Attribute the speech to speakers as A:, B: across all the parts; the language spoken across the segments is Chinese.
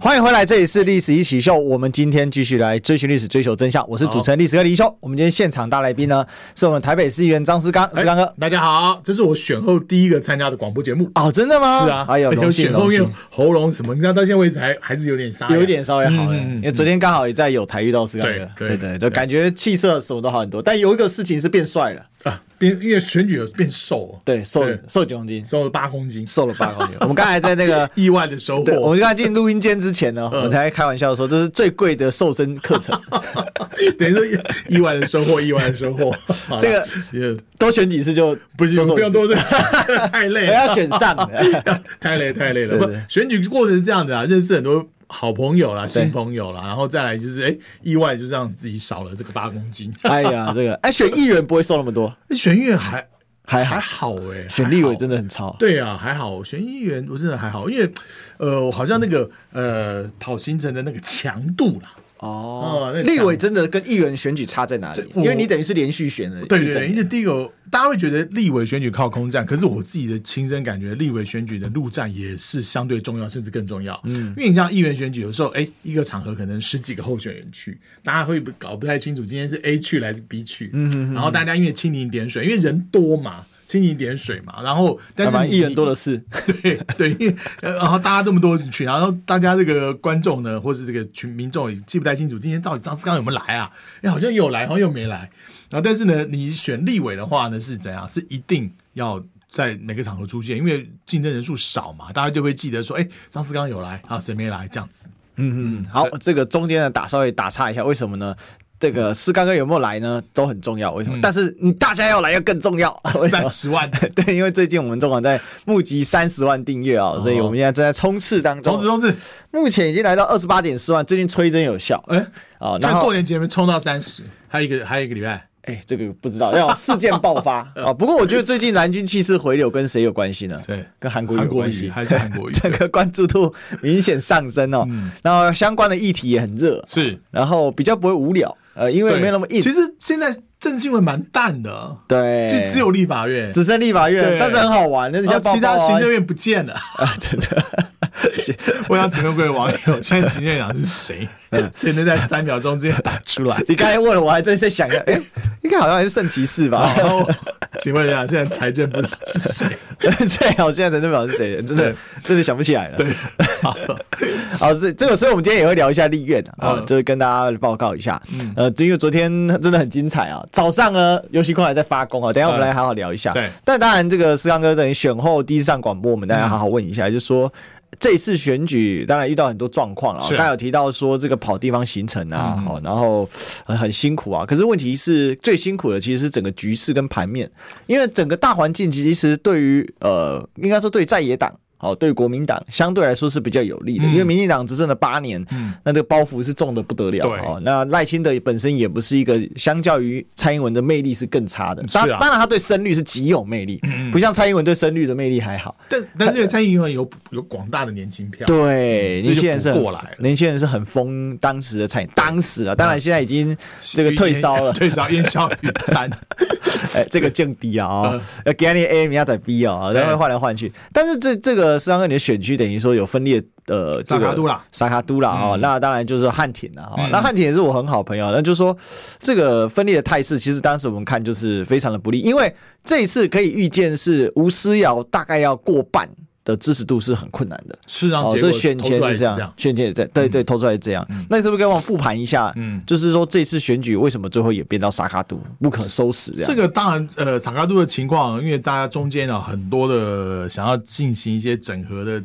A: 欢迎回来，这里是《历史一起秀》，我们今天继续来追寻历史，追求真相。我是主持人历史哥李一修。我们今天现场大来宾呢，是我们台北市议员张思刚，思啊刚哥。
B: 哎大家好，这是我选后第一个参加的广播节目。
A: 哦，真的吗？
B: 是啊，
A: 哎呦，荣幸哎
B: 选
A: 荣
B: 后因为
A: 幸，
B: 喉咙什么，你知道到现在为止还还是有点沙哑，
A: 有一点稍微好了，
B: 嗯嗯嗯
A: 因为昨天刚好也在有台遇到思刚
B: 对
A: 哥，
B: 对
A: 对对，
B: 对
A: 就感觉气色什么都好很多。但有一个事情是变帅了，
B: 啊，变因为选举有变瘦了，
A: 对，瘦
B: 对
A: 瘦几公斤，
B: 瘦了八公斤，
A: 瘦了八公斤。我们刚才在那 个。
B: 意外的收
A: 对，我嗯
B: 获。
A: 们刚才进录音间之前呢，我们才开玩笑说这是最贵的瘦身课 程，
B: 等于说意意外的收获，意外的收 获。好啦
A: 这个
B: 也
A: 多选几次就
B: 不行，
A: 瘦
B: 不用
A: 几次
B: 多 这 太累
A: 我
B: 了，
A: 要选上的
B: 太累太累了。
A: 对
B: 不
A: 对，
B: 选举过程是这样子啊，认识很多好朋友啦、
A: 对
B: 新朋友啦，然后再来就是哎，意外就让自己少了这个八公 斤。
A: 哎呀，这个哎，选议员不会瘦那么多，
B: 选议员还
A: 还好
B: 还好哎，
A: 选立委
B: 的。
A: 真的很超。
B: 对啊，还好，选议员我真的还好，因为呃，我好像那个呃跑行程的那个强度啦，
A: 哦
B: 哦，那
A: 立
B: 强
A: 委真的跟议员选举差在哪里？因
B: 我
A: 为你等于是连续选了一整
B: 对
A: 年，
B: 对对，因为第一个大家会觉得立委选举靠空战，可是我自己的亲身感觉，立委选举的陆战也是相对重要，甚至更重要。嗯，因为你像议员选举，有时候哎，一个场合可能十几个候选人去，大家会不搞不太清楚今天是 A 去还是 B 去，嗯然后大家因为蜻蜓点水，因为人多嘛。蜻蜓点水嘛，然后但
A: 反
B: 是
A: 正
B: 你
A: 议员多的嗯是。
B: 对对，因为呃然后大家这么多人去，然后大家这个观众呢，或是这个群民众也记不太清楚今天到底张思刚有没有来啊？哎，好像有来，好像又没来。然后但是呢，呃你选立委的话呢，是怎样？是一定要。在每个场合出现，因为竞争人数少嘛，大家就会记得说，哎、张思刚有来啊，谁没来这样子。
A: 嗯嗯，好，这个中间呢打稍微打岔一下，为什么呢？这
B: 嗯
A: 个是刚刚有没有来呢，都很重要。为什么？但是你大家要来要更重要。为什么
B: 三十万，
A: 对，因为最近我们中广在募集三十万订阅啊、
B: 哦
A: 所以我们现在正在冲刺当
B: 总之
A: 中。
B: 总之，
A: 目前已经来到二十八点四万，最近催真有效
B: 哎、
A: 啊、然
B: 看
A: 后
B: 过年前面冲到三十，还有一个还有一个礼拜，
A: 哎，这个不知道要事件爆发 啊。不过我觉得最近蓝军气势回流跟谁有关系呢？
B: 谁
A: 跟韩国瑜
B: 韩
A: 有
B: 国
A: 关
B: 语
A: 系。，
B: 还是韩国语
A: 整个关注度明显上升哦，
B: 嗯
A: 然后相关的议题也很热，
B: 是
A: 然后比较不会无聊，呃，因为
B: 对
A: 没有那么硬
B: 其，实现在政新闻蛮淡的，
A: 对，
B: 就只有立法院，
A: 只剩立法院，
B: 对
A: 但是很好玩，那
B: 然
A: 像
B: 后
A: 抱
B: 其
A: 抱啊
B: 他行政院不见了。
A: 啊，真的，
B: 我想请问各位网友，现在行政长是谁？谁能在三秒钟之内打 出来？
A: 你刚才问了，我还真在想一下，哎，应该好像还是圣骑士 吧。
B: 然后，请问一下，现在财政部长是谁？
A: 最好现在才代表是谁？真的
B: 对
A: 真的想不起来了。
B: 对，好，
A: 好，这这个，所以我们今天也会聊一下立院啊，
B: 嗯
A: 就是跟大家报告一下。呃，因为昨天真的很精彩啊，早上呢，游戏空还在发功啊，等一下我们来好好聊一下。
B: 嗯对嗯
A: 但当然这个思康哥等于选后第一次上广播，我们大家好好问一下，就说。这次选举当然遇到很多状况了，
B: 是啊嗯
A: 刚才有提到说这个跑地方行程啊，好、然后很很辛苦啊。可是问题是最辛苦的其实是整个局势跟盘面，因为整个大环境其实对于呃，应该说对在野党。好，对国民党相对来说是比较有利的，因为民进党执政了八年，
B: 嗯
A: 那这个包袱是重的不得了。
B: 对
A: 哦，那赖清德本身也不是一个相较于蔡英文的魅力是更差的，
B: 是啊嗯
A: 当当然他对深绿是极有魅力，不像蔡英文对深绿的魅力还好。
B: 但但是蔡英文有有广大的年轻票，
A: 对，
B: 嗯
A: 年轻人是
B: 这就
A: 很
B: 不过来了，
A: 年轻人是很疯当时的蔡，当时啊，当然现在已经这个退烧了
B: 退烧烟消云散。
A: 哎，这个降低啊、
B: 嗯
A: 哦，呃，给你 A，明天再 B 哦，然后换来换去。但是这这个实际上你的选区等于说有分裂，呃，这个
B: 沙卡都啦嗯
A: 沙卡都啦啊、哦，那当然就是汉庭了哈。那汉庭也是我很好朋友，那就是说这个分裂的态势，其实当时我们看就是非常的不利，因为这一次可以预见是吴思瑶大概要过半的支持度是很困难的。
B: 是让
A: 哦，
B: 结
A: 这
B: 果
A: 选
B: 投
A: 前
B: 出来
A: 是
B: 是
A: 这
B: 这
A: 样
B: 样，，
A: 选前也对对对，投出来是这样。那是不是跟我们复盘一下？
B: 嗯
A: 就是说这次选举为什么最后也变到沙卡都不可收拾这样？
B: 这个当然，呃，萨卡度的情况，因为大家中间啊很多的想要进行一些整合的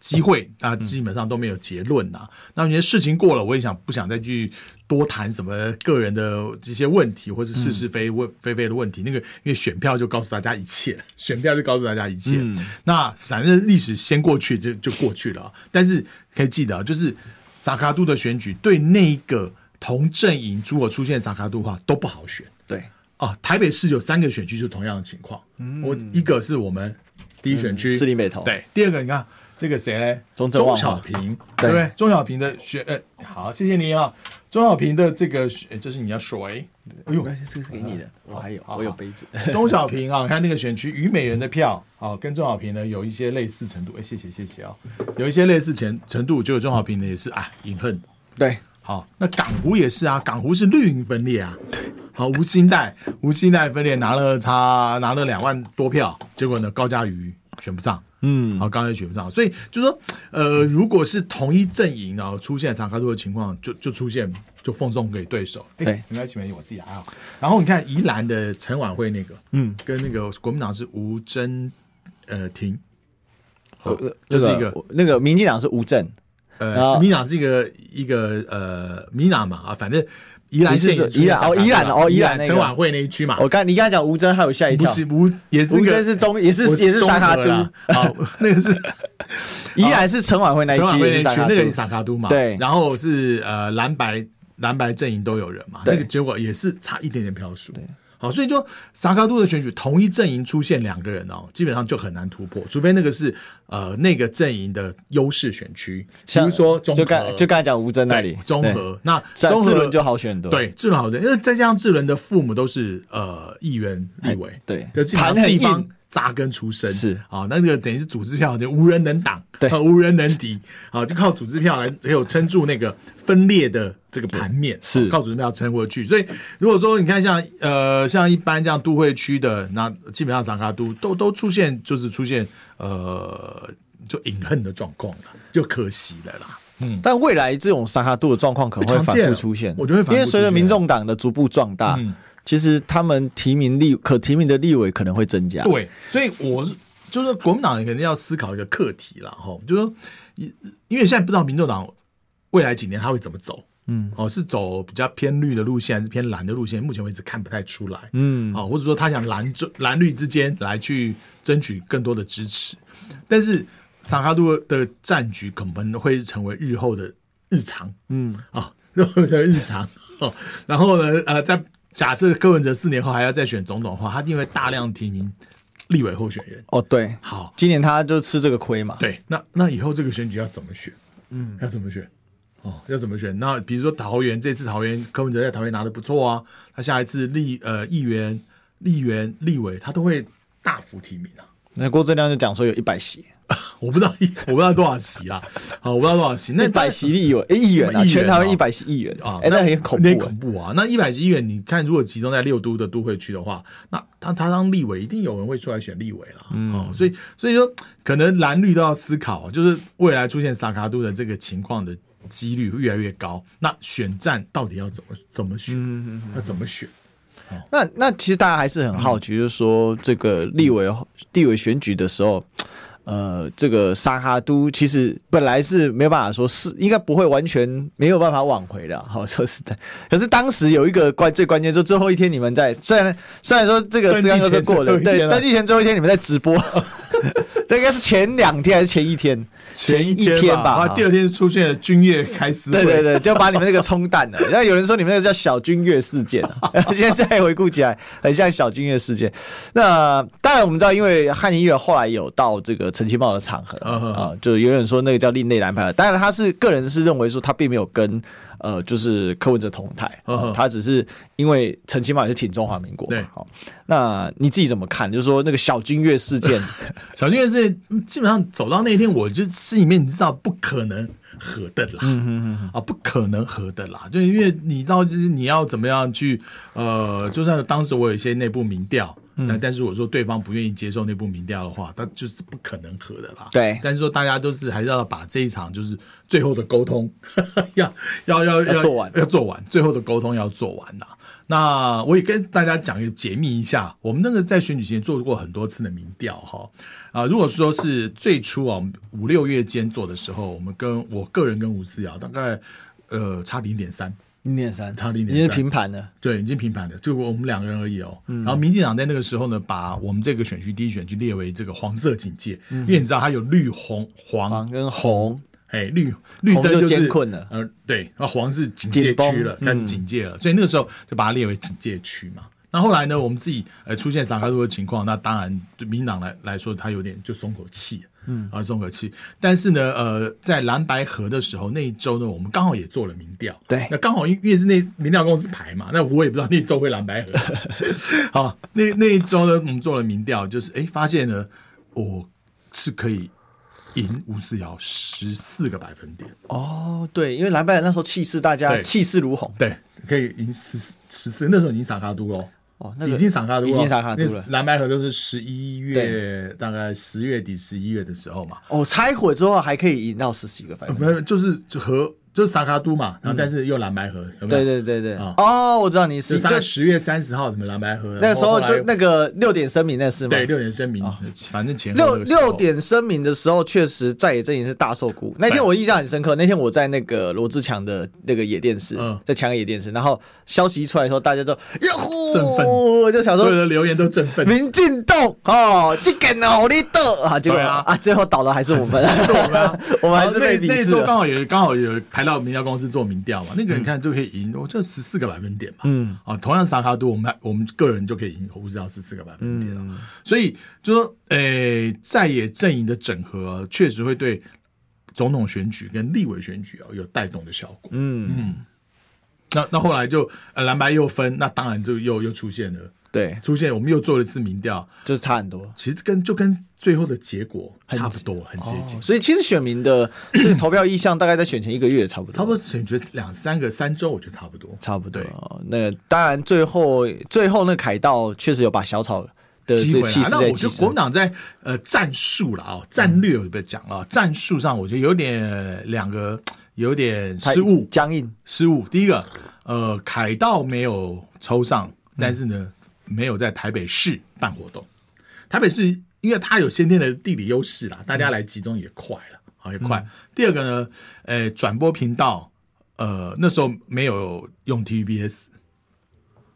B: 机
A: 嗯
B: 会，那基本上都没有结论呐、啊那有些事情过了，我也想不想再去多谈什么个人的这些问题，或是是
A: 嗯
B: 是非问非非的问题。那个因为选票就告诉大家一切，选票就告诉大家一切。
A: 嗯
B: 那反正历史先过去就就过去了啊，但是可以记得啊，就是萨卡度的选举对那个。同阵营如果出现萨卡度的话，都不好选。
A: 对，
B: 哦啊，台北市有三个选区，就同样的情况。我一个是我们第一选区
A: 嗯士林北投
B: 对，第二个你看这个谁嘞？
A: 中正
B: 钟
A: 万华
B: 小平，
A: 对
B: 对不对？钟小平的选，呃，好，谢谢你啊。钟小平的这个选，呃这是你要水，哎
A: 没，
B: 呦
A: 关系，这个是给你的，我还有，
B: 好
A: 我有
B: 好
A: 杯子。
B: 钟小平啊，你看那个选区虞美人的票啊，跟钟小平呢有一些类似程度。哎，谢谢谢谢啊，有一些类似程程度，就钟小平呢也是啊隐恨。
A: 对，
B: 好，那港湖也是啊，港湖是绿营分裂啊。好，吴兴代，吴兴代分裂拿了差拿了两万多票，结果呢高嘉瑜选不上。
A: 嗯
B: 好，刚才选不上，所以就说，呃，如果是同一阵营，然后出现长卡度的情况，就就出现就奉送给对手。哎
A: 对
B: 没关系，没关系，我自己还好。然后你看宜兰的陈晚会那个，嗯，跟那个国民党是吴征，呃，廷，好
A: 呃
B: 就是一
A: 那
B: 个
A: 个那个民进党是吴正，然
B: 呃，
A: 后
B: 民党是一个一个呃民党嘛啊，反正宜兰
A: 你是
B: 县也
A: 说宜兰哦宜兰
B: 出现长卡度
A: 哦宜
B: 宜
A: 兰那个
B: 陈晚会那一区嘛，
A: 我刚你刚才讲吴征，还有吓一
B: 啊不
A: 跳，
B: 是吴也是
A: 吴
B: 个
A: 征是中也是
B: 我
A: 也是
B: 综合
A: 沙卡都，
B: 啦好，那个是。
A: 依然是陈晚会那一
B: 陈晚
A: 区
B: 会
A: 也是
B: 那
A: 沙
B: 区
A: 卡
B: 那个也
A: 都
B: 是，萨卡都嘛，
A: 对
B: 然后是呃蓝白蓝白阵营都有人嘛，
A: 对
B: 那个结果也是差一点点票数。好，所以就萨卡都的选举，同一阵营出现两个人哦，基本上就很难突破，除非那个是呃那个阵营的优势选区，比
A: 像
B: 如说中和
A: 就刚就刚才讲吴征那里
B: 对中
A: 对
B: 和，那
A: 这
B: 中
A: 样
B: 和
A: 智伦就好选很多，，
B: 对，智伦好人，因为再加上智伦的父母都是呃议员、立委，
A: 哎对
B: 就基本上
A: 盘很
B: 地
A: 硬
B: 方扎根出身
A: 是
B: 啊，那这个等于是组织票，就无人能挡，
A: 对
B: 啊无人能敌啊，就靠组织票来只有撑住那个分裂的这个盘面，
A: 是
B: 啊靠组织票撑过去。所以如果说你看像呃像一般这样都会区的，那基本上长卡都都都出现就是出现呃就隐恨的状况了，就可惜了啦。
A: 但未来这种沙卡度的状况可能会
B: 嗯会常
A: 反
B: 见
A: 复
B: 了
A: 出现，
B: 我觉得会反复
A: 因为随
B: 出
A: 着
B: 现
A: 民众党的逐步壮大
B: 嗯，
A: 其实他们提名立可提名的立委可能会增加，
B: 对，所以我是就是国民党肯定要思考一个课题啦，吼，就是说，因因为现在不知道民众党未来几年他会怎么走，
A: 嗯，
B: 哦，是走比较偏绿的路线还是偏蓝的路线，目前为止看不太出来，
A: 嗯，
B: 啊、或者说他想蓝中蓝绿之间来去争取更多的支持，但是萨卡杜的战局可能会成为日后的日常，
A: 嗯
B: 啊，日后的日常哦。然后呢，呃，在假设柯文哲四年后还要再选总统的话，他一定会大量提名立委候选人。
A: 哦对，
B: 好，
A: 今年他就吃这个亏嘛，
B: 对，那那以后这个选举要怎么选？嗯，要怎么选？哦，要怎么选？那比如说桃园，这次桃园柯文哲在桃园拿的不错啊，他下一次立呃议员、立员、立委，他都会大幅提名啊。
A: 那郭正亮就讲说有一百席，
B: 我不知道一，我不知道多少席啦，好，我不知道多少席，那嗯
A: 一百席立委，哎议员啊，
B: 议员
A: 全台湾
B: 啊
A: 一百席议员
B: 啊，
A: 哎，那很恐
B: 那很
A: 怖啊
B: 恐，怖啊！那一百席议员，你看如果集中在六都的都会区的话，那他他当立委，一定有人会出来选立委了。
A: 嗯
B: 哦，所以所以说，可能蓝绿都要思考，啊就是未来出现萨卡都的这个情况的几率越来越高。那选战到底要怎么怎么
A: 嗯
B: 选？要怎么选？
A: 那那其实大家还是很好奇，
B: 嗯
A: 就是说这个立委立委选举的时候，呃，这个沙哈都其实本来是没有办法说是应该不会完全没有办法挽回的啊， 好说实在。可是当时有一个关最关键，就最后一天你们在虽然虽然说这个
B: 登
A: 四
B: 记
A: 刚哥是
B: 前
A: 过了，
B: 最后一
A: 对，
B: 天啊
A: 登记前最后一天你们在直播， 这应该是前两天还是前一天？
B: 一
A: 一天
B: 吧，啊然
A: 吧
B: 后。第二天出现了军乐开私会，
A: 对对对，就把你们那个冲 淡了。然后有人说你们那个叫小军乐事件、啊，现在再回顾起来，很像小军乐事件。那当然我们知道，因为汉音乐后来有到这个陈其茂的场合啊、
B: 嗯嗯嗯
A: 就有人说那个叫另类蓝牌。当然他是个人是认为说他并没有跟呃就是柯文哲同台，哦
B: 嗯嗯
A: 他只是因为陈其茂也是挺中华民国嘛
B: 对。
A: 好、那你自己怎么看？就是说那个小军乐事 件，
B: 小军乐是基本上走到那一天，我就心里面你知道不可能合的啦，啊，不可能合的啦，就是因为你到就是你要怎么样去呃，就算当时我有一些内部民调，但、但是我说对方不愿意接受内部民调的话，他就是不可能合的啦。
A: 对
B: 但是说大家都是还是要把这一场就是最后的沟通 要要要
A: 要做完
B: 要做完，最后的沟通要做完呐、那我也跟大家讲一个解密一下，我们那个在选举前做过很多次的民调哈，啊、如果说是最初啊我们五六月间做的时候，我们跟我个人跟吴思瑶大概呃差零点三，
A: 零点三，
B: 差0.3
A: 已经是平嗯盘了。
B: 对，已经平盘了，就我们两个人而已哦。然后民进党在那个时候呢，把我们这个选区第一选区列为这个黄色警戒，因为你知道它有绿、红、黄
A: 嗯黄，跟红，
B: 哎，绿绿灯
A: 红就是艰困了
B: 呃，对，那黄是警戒
A: 紧绷嗯
B: 区了，开始警戒了，所以那个时候就把它列为警戒区嘛。那后来呢，我们自己呃出现萨卡多的情况，那当然对民进党来来说，他有点就松口气，嗯，啊松口气。但是呢，呃，在蓝白河的时候那一周呢，我们刚好也做了民调，
A: 对
B: 那刚好因因为是那民调公司排嘛，那我也不知道那一周会蓝白河。 好，那那一周呢，我们做了民调，就是哎发现呢，我是可以赢吴思瑶十四个百分点。
A: 哦，对，因为蓝白人那时候气势大家
B: 对
A: 气势如虹，
B: 对，可以赢十十四，那时候已经撒卡都喽。
A: 哦那个
B: 已经撒卡都，
A: 已经撒卡都了
B: 那蓝白河都是十一月，大概十月底、十一月的时候嘛，
A: 哦，拆伙之后还可以赢到十几个百分
B: 没有，就是和就是撒卡都嘛，然后但是又蓝白河，有没
A: 嗯对
B: 有？
A: 对对对，
B: 啊
A: 哦，我知道你是
B: 就
A: 就
B: 大概十月三十号什么蓝白河，
A: 那个时候
B: 然后后
A: 就
B: 来
A: 那个六点声明那是吗？
B: 对六点声明，反正前后
A: 六
B: 那个时候
A: 六点声明的时候，确实在野阵营是大受鼓舞。那天我印象很深刻，那天我在那个罗志强的那个野电视，
B: 嗯
A: 在强野电视，然后消息一出来的时候，大家都呀呼，
B: 振奋
A: 我就想
B: 所有
A: 说。
B: 的留言都振奋，
A: 民进党哦，这个脑力斗啊，结果
B: 对啊
A: 啊，最后倒的还是我们，，
B: 是我们、啊
A: 我们还是被
B: 然后
A: 鄙
B: 那那
A: 视
B: 时候
A: 了。嗯
B: 刚好有刚好有排到民调公司做民调嘛，那个人看就可以赢，我就十四个百分点嘛。嗯，啊，同样萨卡都，我们我们个人就可以赢胡志尧十四个百分点了。
A: 嗯
B: 所以就说，诶、在野阵营的整合确实会对总统选举跟立委选举啊有带动的效果。
A: 嗯，
B: 那那后来就、呃、蓝白又分，那当然就又又出现了，
A: 对，
B: 出现我们又做了一次民调，
A: 就是差很多。
B: 其实跟就跟最后的结果差不多，哦很接近。
A: 所以其实选民的呃这个投票意向大概在选前一个月差不多，
B: 差不多选觉两三个三周，我觉得差不多。
A: 差不多
B: 对。
A: 那当然，最后最后那凯道确实有把小草的
B: 机
A: 这
B: 会
A: 个气
B: 啦
A: 势
B: 那
A: 在
B: 我觉
A: 提
B: 得国民
A: 升。
B: 党在呃战术啦，哦，战略我不要讲了，战术上我觉得有点呃两个有点
A: 他
B: 失误，
A: 僵硬，
B: 失误。第一个，呃，凯道没有抽上，但是呢，没有在台北市办活动。台北市因为它有先天的地理优势啦，大家来集中也快了，好也快。第二个呢，呃，转播频道，呃，那时候没有用 TVBS，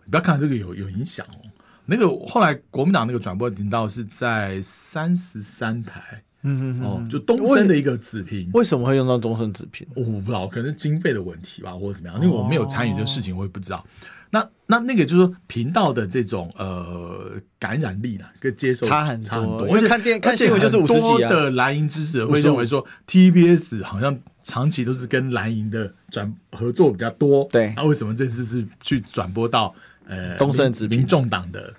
B: 你不要看这个有有影响哦。那个后来国民党那个转播频道是在三十三台，嗯嗯哦，就东升的一个子屏，
A: 为什么会用到终身纸片？
B: 我不知道，可能是经费的问题吧，或者怎么样，因为我没有参与这个事情，我也不知道。那那那个就是说频道的这种呃感染力啦，跟接受
A: 差很多
B: 差很多，
A: 因为看电看新闻就是
B: 而且很
A: 50集啊
B: 多的蓝营支持者会认为说 TBS 好像长期都是跟蓝营的转合作比较多，
A: 对
B: 那为什么这次是去转播到呃
A: 东森
B: 民
A: 直聘
B: 民众党的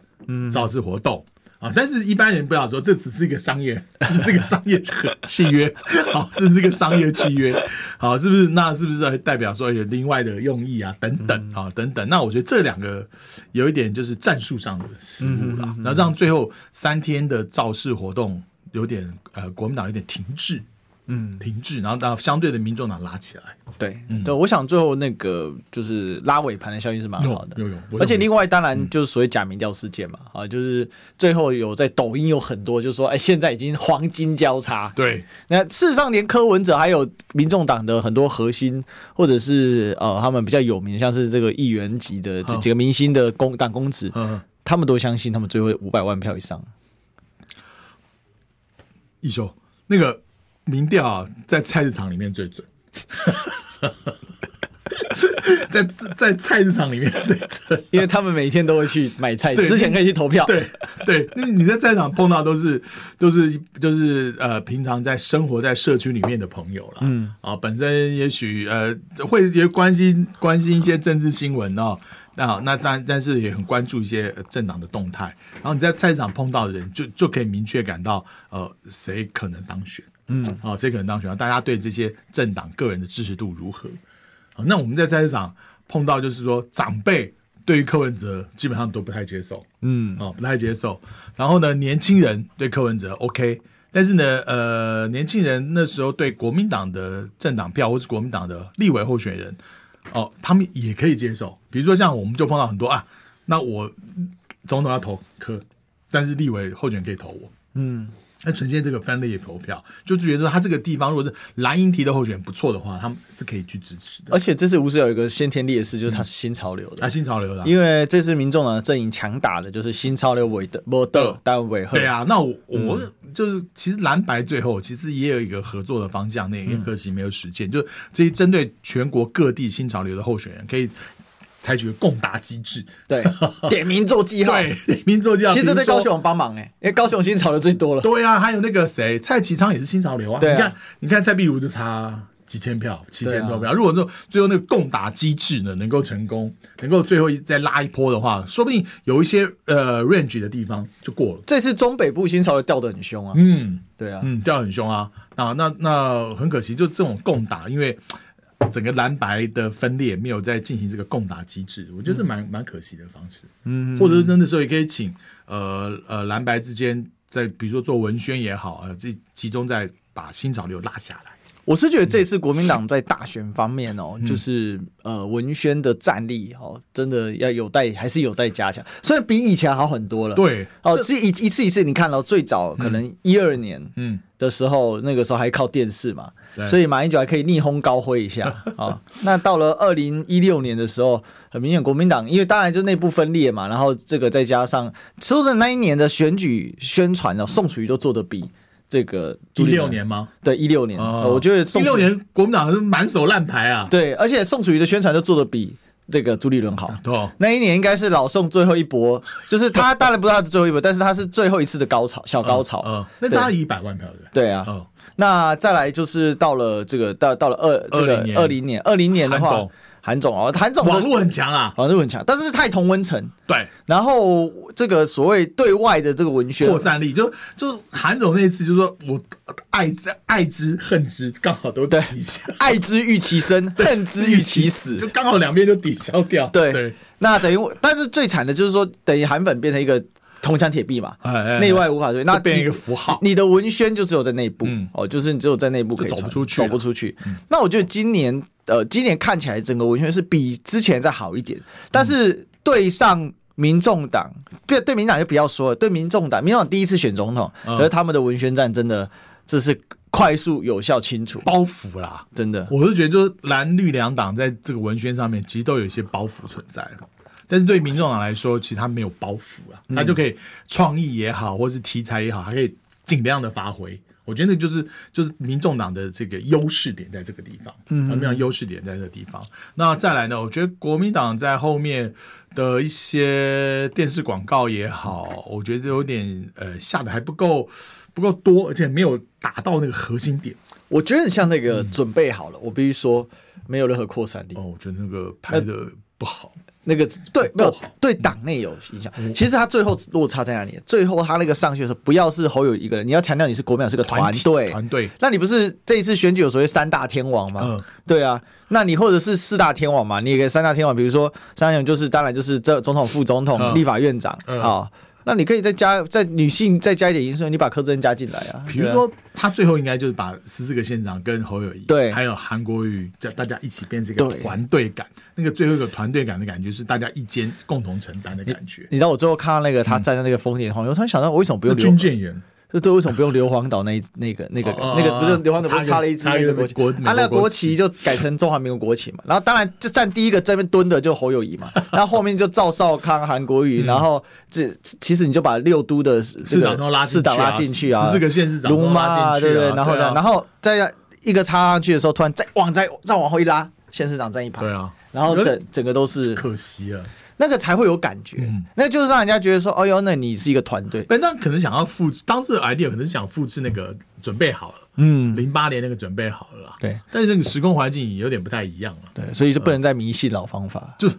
B: 造势活动？啊，但是一般人不要说，这只是一个商业，这是一个商业 契约，好，这是一个商业契约，好，是不是？那是不是代表说有另外的用意啊？等等啊，等等。那我觉得这两个有一点就是战术上的失误啦，然后让最后三天的造势活动有点呃，国民党有点停滞，嗯，停滞，然后到相对的民众党拉起来，
A: 对、对，我想最后那个就是拉尾盘的效应是蛮
B: 有
A: 好的。
B: 有有，我
A: 而且
B: 有嗯
A: 另外，当然就是所谓假民调事件嘛，啊，就是最后有在抖音有很多，就是说，哎，现在已经黄金交叉，
B: 对
A: 那事实上，连柯文哲还有民众党的很多核心，或者是呃，他们比较有名，像是这个议员级的这
B: 嗯
A: 几个明星的公党公子，
B: 嗯，
A: 他们都相信他们最后五百万票以上。
B: 一休那个民调啊，在菜市场里面最准， 在在菜市场里面最准。
A: 因为他们每天都会去买菜，
B: 对
A: 之前可以去投票。
B: 对对，那你在菜场碰到都是都是就是呃，平常在生活在社区里面的朋友了，嗯啊，本身也许呃会也关心关心一些政治新闻哦，那那但但是也很关注一些呃政党的动态，然后你在菜市场碰到的人就就可以明确感到呃谁可能当选，嗯啊谁可能当选，大家对这些政党个人的支持度如何？啊，那我们在菜市场碰到就是说长辈。对于柯文哲基本上都不太接受，
A: 嗯，
B: 哦，不太接受。然后呢，年轻人对柯文哲 OK，但是呢，呃，年轻人那时候对国民党的政党票或是国民党的立委候选人，哦，他们也可以接受。比如说像我们就碰到很多啊，那我总统要投柯，但是立委候选人可以投我，
A: 嗯
B: 那呈现这个分类投票，就觉得说他这个地方如果是蓝营提的候选人不错的话，他们是可以去支持的。
A: 而且这次吴思有一个先天劣势，就是他是新潮流的，
B: 啊，新潮流的啊，
A: 因为这次民众党的阵营强打的就是新潮流韦德、波德、单韦赫。
B: 对啊，那我我
A: 嗯
B: 就是其实蓝白最后其实也有一个合作的方向，
A: 嗯
B: 那也可惜没有实践。就这些针对全国各地新潮流的候选人，可以采取了共达机制，
A: 对， 点名做记号。
B: 对，民众就要
A: 其实这对
B: 比
A: 高
B: 如说
A: 雄有帮忙哎、因为高雄新潮的最多了。
B: 对啊，还有那个谁，蔡其昌也是新潮流啊。
A: 对啊
B: 你看，你看蔡壁如就差几千票，七
A: 对
B: 千
A: 啊
B: 多票。如果说最后那个共打机制呢能够成功，能够最后一再拉一波的话，说不定有一些呃 range 的地方就过了。
A: 这次中北部新潮流掉的很凶啊。
B: 嗯
A: 对啊，
B: 嗯，掉得很凶啊。那那那很可惜，就这种共打，因为。整个蓝白的分裂没有在进行这个共打机制，我觉得是蛮蛮可惜的方式。
A: 嗯，
B: 或者是真的时候也可以请呃呃蓝白之间在比如说做文宣也好，呃，这集中在把新潮流拉下来。
A: 我是觉得这次国民党在大选方面哦，
B: 嗯
A: 就是呃文宣的战力哦，真的要有待还是有待加强，虽然比以前好很多了。。
B: 对，
A: 哦，是一一次一次，你看到、哦最早可能一二年
B: 嗯，
A: 的时候，那个时候还靠电视嘛，
B: 对
A: 所以马英九还可以逆风高挥一下 啊、那到了二零一六年的时候，很明显国民党因为当然就内部分裂嘛，然后这个再加上说的那一年的选举宣传哦，宋楚瑜都做的比这个
B: 一
A: 朱立
B: 六
A: 伦
B: 年吗？
A: 对一六年、呃我觉得宋
B: 一六
A: 楚瑜
B: 年国民党是满手烂牌啊，
A: 对，而且宋楚瑜的宣传都做的比这个朱立伦好。
B: 对哦，
A: 那一年应该是老宋最后一搏，就是他当然不是他的最后一搏，但是他是最后一次的高潮，小高潮。
B: 嗯，那
A: 对
B: 大概一百万票对不对？
A: 对啊，
B: 哦，
A: 那再来就是到了这个到到了二这个二
B: 20
A: 零年二零年的
B: 韩
A: 话
B: 总，
A: 韩总哦，韩总的
B: 网络很强啊，
A: 网络很强，但是太同温层，
B: 对，
A: 然后这个所谓对啊外的这个文学
B: 扩散力就就韩总那次就说我爱之爱之恨之刚好都抵
A: 对
B: 消，
A: 爱之欲其生，恨之欲其死，
B: 就刚好两边就抵消掉，
A: 对
B: 对，
A: 那等于我，但是最惨的就是说，等于韩粉变成一个铜墙铁壁嘛，
B: 哎哎哎
A: 内外无法对，那
B: 就变
A: 你
B: 一个符号
A: 你的文宣就只有在内部，
B: 嗯
A: 哦，就是你只有在内部可以
B: 就走
A: 传
B: 不出去啊嗯
A: 走
B: 了
A: 不出去。那我觉得今年，呃，今年看起来整个文宣是比之前再好一点，但是对上。民众党对对民党就不要说了，对民众党，民众党第一次选总统，
B: 嗯
A: 而他们的文宣战真的这是快速、有效、清楚，
B: 包袱啦，
A: 真的。
B: 我是觉得，就是蓝绿两党在这个文宣上面，其实都有一些包袱存在但是对民众党来说，其实他没有包袱啊，他就可以创意也好，或是题材也好，还可以尽量的发挥。我觉得那就是就是民众党的这个优势点在这个地方，嗯，民众党优势点在这个地方。那再来呢，我觉得国民党在后面的一些电视广告也好，我觉得有点呃下的还不够不够多，而且没有打到那个核心点。
A: 我觉得很像那个
B: 嗯
A: 准备好了，我必须说，没有任何扩散力
B: 哦，。我觉得那个拍的不好。嗯
A: 那个对没有
B: 好
A: 对党内有影响。其实他最后落差在哪里？最后他那个上去的时候，不要是侯友一个人，你要强调你是国民党是个 团
B: 体
A: 队。
B: 团队，
A: 那你不是这一次选举有所谓三大天王吗？
B: 嗯
A: 对啊，那你或者是四大天王嘛，你也可以三大天王，比如说三大天王就是当然就是这总统、副总统、
B: 嗯
A: 立法院长啊、
B: 嗯
A: 那你可以再加在女性再加一点因素，你把柯震加进来啊。
B: 比如
A: 对啊
B: 说他最后应该就是把十四个县长跟侯友谊，
A: 对
B: 还有韩国瑜，叫大家一起变这个
A: 对
B: 团队感，那个最后一个团队感的感觉是大家一肩共同承担的感觉。
A: 你知道我最后看到那个他站在那个丰田黄，我突然想到，我为什么不
B: 嗯那
A: 用刘
B: 军舰员
A: 就对，为什么不用硫磺岛那一那个那个
B: 哦哦
A: 那个不是
B: 哦
A: 硫磺岛不是插
B: 插一个
A: 了一支
B: 插一
A: 那
B: 个
A: 个国
B: 国
A: 旗，
B: 美
A: 啊，那个
B: 国国
A: 国旗就改成中华民国国旗嘛。然后当然这站第一个在那边蹲的就侯友谊嘛，然后后面就赵少康、韩国瑜，然后这其实你就把六都的市
B: 市长都拉进去啊
A: 市长拉进去啊，
B: 14个县市长
A: 龙
B: 都
A: 妈
B: 拉
A: 啊
B: 进去
A: 对
B: 啊
A: 不对？然后
B: 对啊
A: 然后再一个插上去的时候，突然再往再再往后一拉，县市长站一排
B: 对，啊，
A: 然后
B: 我觉得
A: 整整个都是
B: 可惜啊了。
A: 那个才会有感觉
B: 嗯，
A: 那就是让人家觉得说，哦哟，那你是一个团队，
B: 哎，那可能想要复制，当时的 idea 可能是想复制那个准备好了，
A: 嗯。
B: 零八年那个准备好了啦，
A: 对，
B: 但是那个时空环境有点不太一样了，
A: 对，所以就不能再迷信老方法。
B: 就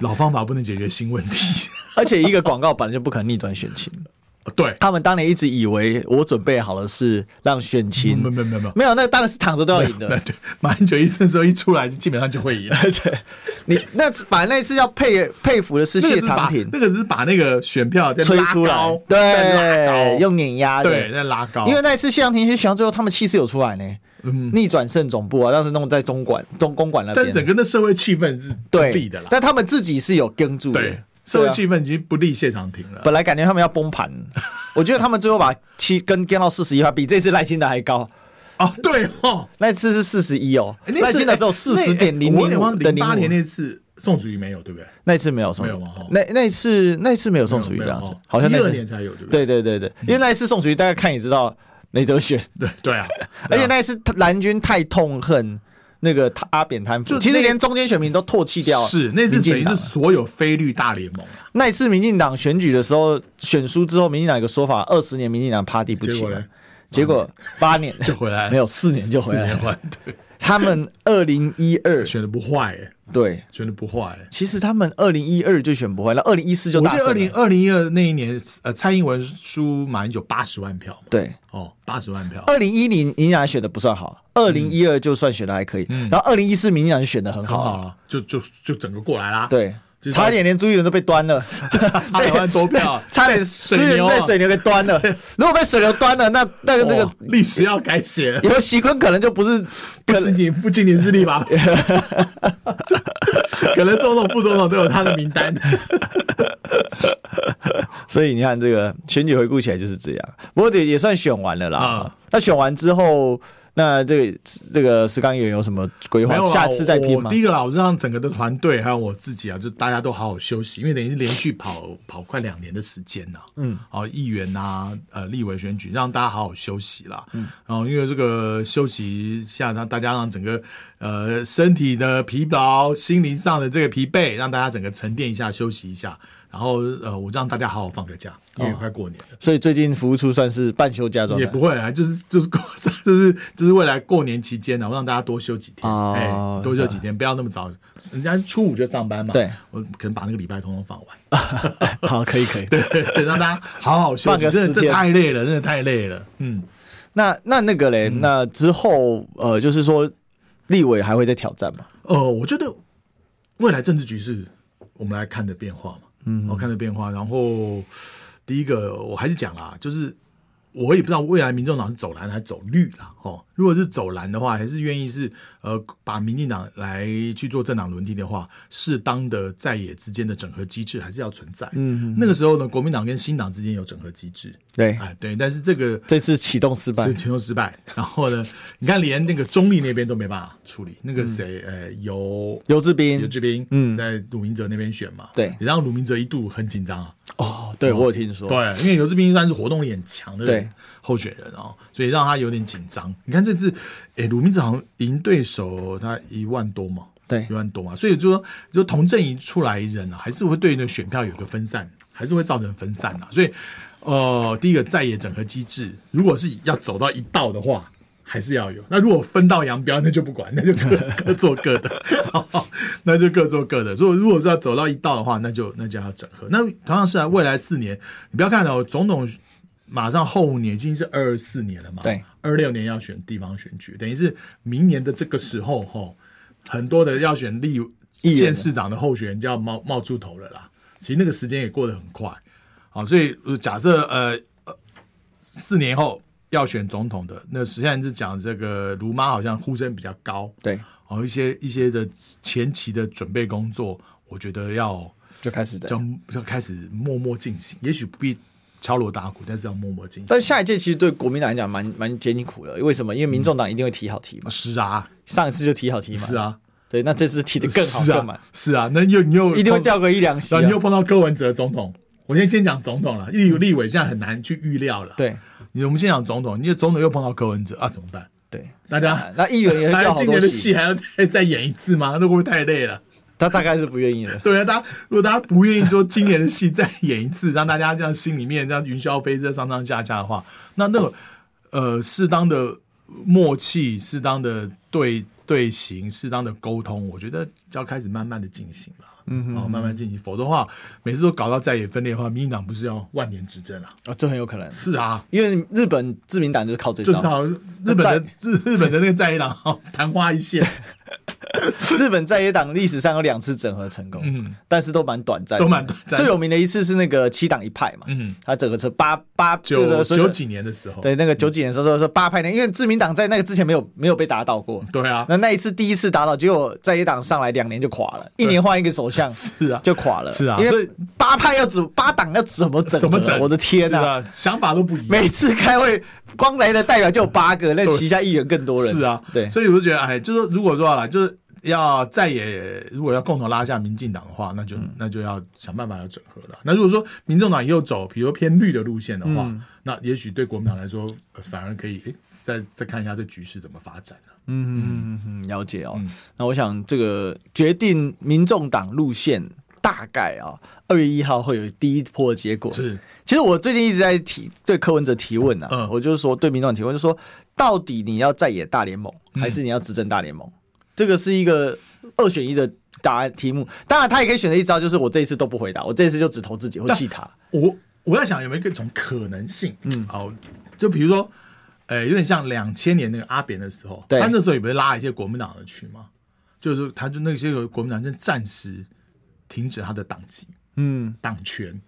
B: 老方法不能解决新问题。 哦
A: 而且一个广告本来就不可能逆转选情，
B: 对，
A: 他们当年一直以为我准备好了是让选情
B: 没有没有没有没有。
A: 没有，那当然是躺着都要赢 的。
B: 对，马英九一那时候一出来，基本上就会赢。
A: 对，你那反正那次要佩佩服的是
B: 那个
A: 谢
B: 是把
A: 长廷
B: 那个只是把那个选票再
A: 吹
B: 拉
A: 出来
B: 高，再拉
A: 对，
B: 高，
A: 用碾压的。
B: 对再拉高，
A: 因为那一次谢长廷其实选到最后，他们气势有出来呢，
B: 嗯，
A: 逆转胜总部啊，当时弄在中管中公馆那
B: 但整
A: 边，
B: 个的社会气氛是不利
A: 对
B: 的啦，，
A: 但他们自己是有跟住的，
B: 对，社会
A: 对啊
B: 气氛已经不利谢长廷了。
A: 本来感觉他们要崩 盘，我觉得他们最后把七跟跟到四十一趴，比这次赖清德还高。
B: 哦，对哦，
A: 那次是四十一哦，
B: 哎那
A: 赖
B: 次
A: 清德只有
B: 哎
A: 四十点零
B: 那哎我有点忘
A: 零的
B: 零八年
A: 零五，
B: 那次宋楚瑜没有，对不对？
A: 那次没有宋
B: 没有嘛哦
A: 那那一次那一次没有宋楚瑜
B: 没
A: 这
B: 有
A: 样子
B: 哦，
A: 好像那
B: 12
A: 次
B: 年才有，对不对？嗯
A: 对对对对，因为那一次宋楚瑜大 家看也知道没得选，
B: 对对啊，
A: 而且
B: 对啊
A: 那一次蓝军太痛恨那个他阿扁贪腐，
B: 就
A: 其实
B: 那
A: 连中间选民都唾弃掉了。
B: 是那次
A: 民进
B: 等于
A: 党
B: 是
A: 了
B: 所有非绿大联盟啊，
A: 那一次民进党选举的时候，选输之后，民进党有个说法，二十年民进党趴地不
B: 结
A: 起
B: 果
A: 嘛
B: 嘞，
A: 结果八年
B: 就回来
A: 没有四年就回来
B: 四年
A: 了。
B: 换对，
A: 他们二零一二
B: 选的不坏、欸，
A: 对，
B: 选的不坏、欸。
A: 其实他们二零一二就选不回来，二零一四就
B: 我
A: 大
B: 记得
A: 胜
B: 二
A: 了
B: 零二零一二那一年，呃，蔡英文输马英九八十万票，
A: 对。
B: 哦，八十万票，
A: 二零一零民进党选的不算好，二零一二就算选的还可以，然后二零一四民进党就选的很
B: 嗯很
A: 好，啊
B: 好了，就就就整个过来啦。，哦
A: 对
B: 就，是
A: 差一点连朱一伦都被端了，
B: 差两万多票，
A: 差点朱
B: 水
A: 一伦
B: 牛
A: 被
B: 啊
A: 水牛给端 了。如果被水牛端了，那那个那
B: 哦
A: 个
B: 历史要改写了，
A: 尤喜坤可能就不是
B: 不
A: 可
B: 仅
A: 能
B: 仅不仅仅是立法 委，可能总统副总统都有他的名单。
A: 所以你看，这个选举回顾起来就是这样。不过也也算选完了啦
B: 啊。
A: 那选完之后，那这个这个石刚演员有什么规
B: 没
A: 划
B: 有？啦
A: 下次再拼
B: 我
A: 吗
B: 我第？一个啦，我让整个的团队还有我自己啊，就大家都好好休息，因为等于是连续跑跑快两年的时间呐、嗯，好，议员呐、呃，立委选举，让大家好好休息啦。嗯，然后因为这个休息一下，让大家让整个呃身体的疲劳、心灵上的这个疲惫，让大家整个沉淀一下、休息一下。然后呃，我让大家好好放个假，因
A: 哦
B: 为快过年了。
A: 所以最近服务处算是半休假状
B: 也
A: 态
B: 不。 会啊，就是就是过 就是就是未来过年期间呢、我让大家多休几天，
A: 哦
B: 哎、多休几天，不要那么早，人家初五就上班嘛，
A: 对，
B: 我可能把那个礼拜通通放完，
A: 好，可以可以。
B: 对对，对让大家好好休
A: 放
B: 息，
A: 个
B: 真的
A: 四
B: 这
A: 天
B: 太累了，真的太累了，嗯，
A: 那那那个嘞，那之后呃，就是说立委还会再挑战嘛？
B: 呃，我觉得未来政治局势我们来看的变化嘛，嗯，我看的变化，然后第一个我还是讲啦，就是我也不知道未来民众党是走蓝还是走绿啦，哦，如果是走蓝的话，还是愿意是呃把民进党来去做政党轮替的话，适当的在野之间的整合机制还是要存在，嗯，那个时候呢，国民党跟新党之间有整合机制，
A: 对，
B: 哎，对，但是这个
A: 这次启动失败
B: 是。全都失败。然后呢，你看连那个中立那边都没办法处理，那个谁，呃，尤
A: 游嗯志
B: 尤
A: 斌，
B: 志斌，嗯，
A: 嗯
B: 在鲁明哲那边选嘛，
A: 对
B: 也让鲁明哲一度很紧张啊，
A: 哦，对我有听说，
B: 对，因为尤志斌算是活动力很强的人
A: 对
B: 候选人哦，所以让他有点紧张。你看这次，诶，鲁明哲好像赢对手他一万多嘛，
A: 对
B: 一万多嘛，所以就说就同阵营出来人啊，还是会对那个选票有个分散，还是会造成分散啊。所以，呃，第一个在野整合机制，如果是要走到一道的话。还是要有。那如果分道扬镳，那就不管，那就各各做各的， 那就各做各的。如果如果是要走到一道的话，那就那就要整合。那同样是啊，未来四年，你不要看哦，总统马上后年已经是二四年了嘛，
A: 对，
B: 二六年要选地方选举，等于是明年的这个时候哈、很多的要选立
A: 议员
B: 县市长的候选人就要冒冒出头了啦。其实那个时间也过得很快，好、所以呃假设呃四年后要选总统的，那实际上是讲这个卢妈好像呼声比较高，
A: 对，
B: 哦，一些一些的前期的准备工作，我觉得要
A: 就开始这
B: 要
A: 样。
B: 要开始默默进行，也许不必敲锣打鼓，但是要默默进行。
A: 但下一届其实对国民党来讲蛮蛮艰苦的，为什么？因为民众党一定会提好题嘛，
B: 是啊，
A: 上一次就提好题嘛，
B: 是，啊，
A: 对，那这次提的更好
B: 是
A: 更满
B: 啊，，是啊，那又你又
A: 一定会
B: 碰
A: 掉个一两席啊嗯
B: 然后。你又碰到柯文哲总统，我先先讲总统了，立立委现在很难去预料了。，
A: 对
B: 你我们先讲总统，你总统又碰到柯文哲啊，怎么办？
A: 对，
B: 大家、
A: 啊那议员也会
B: 还
A: 掉好
B: 有今年
A: 多
B: 的
A: 席，
B: 戏还要再再演一次吗？那会不会太累了？
A: 他大概是不愿意 的。
B: 对啊，大家如果大家不愿意说今年的戏再演一次， 让大家这样心里面这样云霄飞车上上下下的话，那
A: 哦
B: 那个呃适当的默契、适当的队队形、适当的沟通，我觉得要开始慢慢的进行了。嗯哼，哦，慢慢进行，否则的话，每次都搞到在野分裂的话，民进党不是要万年 执政啊？
A: 哦，这很有可能，
B: 是啊，
A: 因为日本自民党就是啊靠这
B: 就是
A: 招。
B: 好像日本的日日本的那个在野党哦昙花一现，
A: 日本在野党历史上有两次整合成功，
B: 嗯
A: 但是都蛮短暂的，
B: 都蛮短暂的
A: 最有名的一次是那个七党一派嘛，
B: 嗯，
A: 他整个是八八
B: 九
A: 就是
B: 九几年嗯的时候，
A: 对，那个九几年的时候说说八派呢，因为自民党在那个之前没有没有被打倒过。
B: 对啊，
A: 那那一次第一次打倒，结果在野党上来两年就垮了，一年换一个首相
B: 是啊，
A: 就垮了。
B: 是啊
A: 因
B: 所
A: 为
B: 以
A: 八派要怎八党要怎么整合啊？
B: 怎么整？
A: 我的天
B: 是
A: 呐、
B: 啊，想法都不一样。
A: 每次开会，光来的代表就有八个，那
B: 对
A: 旗下议员更多人。
B: 是啊，
A: 对，
B: 所以我就觉得，哎，就是如果说啊，就是要再也如果要共同拉下民进党的话，那就、
A: 嗯
B: 那就要想办法要整合了。那如果说民众党又走比如偏绿的路线的话，
A: 嗯
B: 那也许对国民党来说、呃反而可以诶再再看一下这局势怎么发展呢、
A: 嗯嗯嗯，了解哦。那我想这个决定民众党路线大概啊、二月一号会有第一波的结果。
B: 是，
A: 其实我最近一直在提对柯文哲提问啊，
B: 嗯
A: 我就是说对民众党提问，就说到底你要在野大联盟，
B: 嗯
A: 还是你要执政大联盟？这个是一个二选一的答案题目。当然，他也可以选择一招，就是我这一次都不回答，我这一次就只投自己或弃
B: 啊
A: 他。
B: 我我在想有没有一种可能性，嗯，好，就比如说，呃，有点像两千年那个阿扁的时候，
A: 对
B: 他那时候也不是拉一些国民党的去吗？就是他就那些国民党就暂时停止他的党籍
A: 嗯
B: 党权，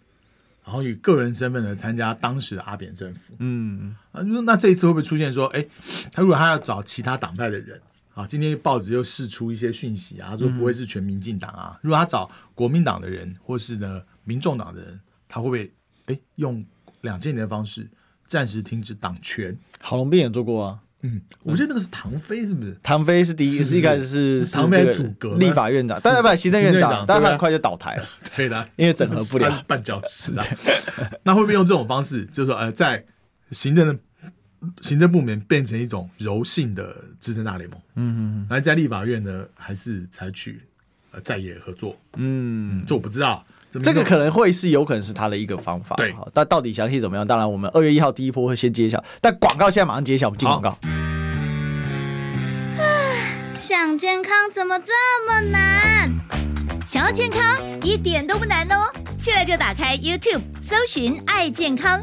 B: 然后以个人身份呢参加当时的阿扁政府，
A: 嗯
B: 啊，就是那这一次会不会出现说，哎，他如果他要找其他党派的人啊，今天报纸又释出一些讯息啊，说不会是全民进党啊，如果他找国民党的人或是呢民众党的人，他会不会哎用两千年的方式暂时停止党权？
A: 郝龙斌也做过啊。
B: 嗯，我觉得那个是唐飞是不是？
A: 唐飞是第一，
B: 是是
A: 是一开始是
B: 是嗯唐飞
A: 是这个
B: 阻隔了
A: 立法院长，
B: 是
A: 但是不行政院
B: 行政
A: 长，
B: 长
A: 但是他
B: 对啊
A: 很快就倒台了。
B: 对的，
A: 因为整合不了
B: 他是绊脚石啊。 那会不会用这种方式，就是说呃，在行政的行政部门变成一种柔性的执政大联盟？嗯嗯，然后在立法院呢，还是采取呃在野合作？
A: 嗯，
B: 嗯，这我不知道，
A: 这个
B: 没有
A: 可能会是有可能是他的一个方法。
B: 对
A: 好，但到底详细怎么样？当然，我们二月一号第一波会先揭晓，但广告现在马上揭晓，我们进广告。
C: 想健康怎么这么难？想要健康一点都不难哦！现在就打开 YouTube 搜寻“爱健康”，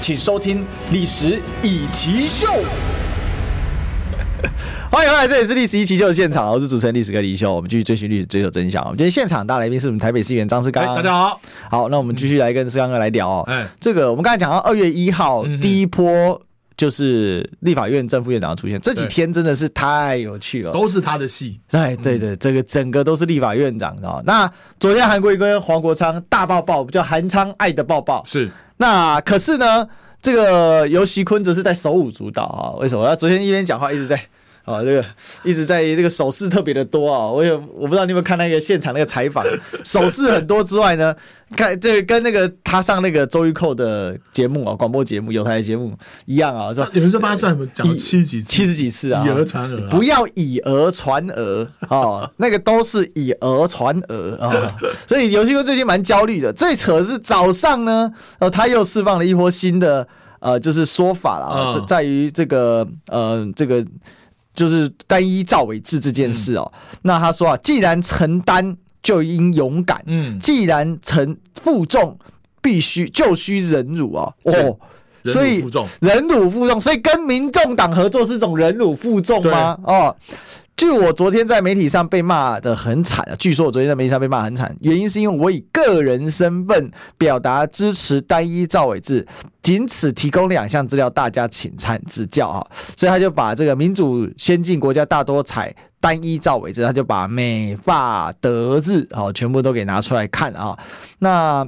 A: 请收听《历史以奇秀》。欢迎回来，这里是《历史一奇秀》的现场，我是主持人历史哥李一修，我们继续追寻历史，追求真相。我们今天现场大来宾是我们台北市议员张世
B: 哎，
A: 刚，
B: 大家好，
A: 好，那我们继续来跟思刚哥来聊哦。
B: 哎
A: 这个我们刚才讲到二月一号、
B: 嗯哼
A: 第一波就是立法院正副院长的出现，这几
B: 对
A: 天真的是太有趣了。
B: 都是嗯他的戏，
A: 哎，对对，这个整个都是立法院长的、哦。那昨天韩国瑜跟黄国昌大抱抱，叫韩昌爱的抱抱。
B: 是
A: 那可是呢，这个尤其坤则是在手舞足蹈啊、为什么？他昨天一边讲话一直在啊、这个一直在这个手势特别的多啊、我有我不知道你有没有看那个现场那个采访，手势很多之外呢，看这个跟那个他上那个周玉蔻的节目啊、广播节目有台的节目一样啊、是吧？
B: 有人说帮他算什么讲了
A: 以
B: 七几
A: 七十几次啊，
B: 以讹传讹啊
A: 不要以讹传讹 哦，那个都是以讹传讹啊。所以游戏哥最近蛮焦虑的。最扯的是早上呢，呃，他又释放了一波新的呃，就是说法了啊，
B: 嗯
A: 就在于这个呃，这个就是单一赵伟志这件事哦。
B: 嗯
A: 那他说啊，既然承担就应勇敢，
B: 嗯
A: 既然承负重必须就需忍辱啊、
B: 是
A: 哦。
B: 忍辱
A: 所以
B: 负重
A: 忍辱负重，所以跟民众党合作是一种忍辱负重吗？哦，据我昨天在媒体上被骂的很惨啊，据说我昨天在媒体上被骂很惨，原因是因为我以个人身份表达支持单一赵伟志，仅此提供两项资料，大家请参指教啊。所以他就把这个民主先进国家大多采单一赵伟志，他就把美法德日哦全部都给拿出来看啊、那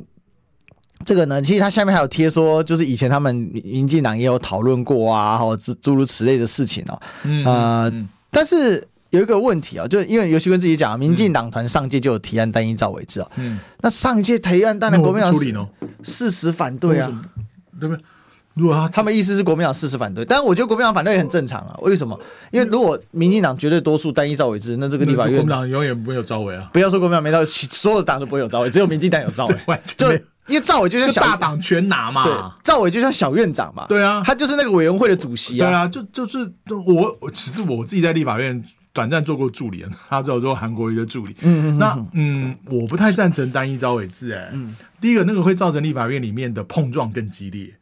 A: 这个呢，其实他下面还有贴说，就是以前他们民民进党也有讨论过啊，或诸诸如此类的事情哦。
B: 嗯
A: 呃
B: 嗯
A: 但是有一个问题啊、就是因为尤其跟自己讲，民进党团上届就有提案单一照为之哦。
B: 嗯，
A: 那上一届提案，当然
B: 那
A: 国
B: 我
A: 民党
B: 们嗯处理呢？嗯
A: 事实反对
B: 为什
A: 啊，
B: 么，对不对？如果他
A: 他们意思是国民党事实反对，但我觉得国民党反对也很正常啊。为什么？因为如果民进党绝对多数单一照为之，那这个立法
B: 嗯国
A: 院
B: 民党永远没有招委啊，。
A: 不要说国民党没到，其所有的党都不会有赵伟，只有民进党有赵伟
B: 完全
A: 就
B: 没有
A: 因为赵伟就像
B: 就
A: 小
B: 大党全拿嘛。
A: 对，赵伟就像小院长嘛。
B: 对啊
A: 他就是那个委员会的主席
B: 对
A: 啊。
B: 啊，就就是我，我其实我自己在立法院短暂做过助理，啊 他叫做韩国瑜的助理。嗯嗯那嗯，我不太赞成单一招委制、哎，嗯，第一个那个会造成立法院里面的碰撞更激烈。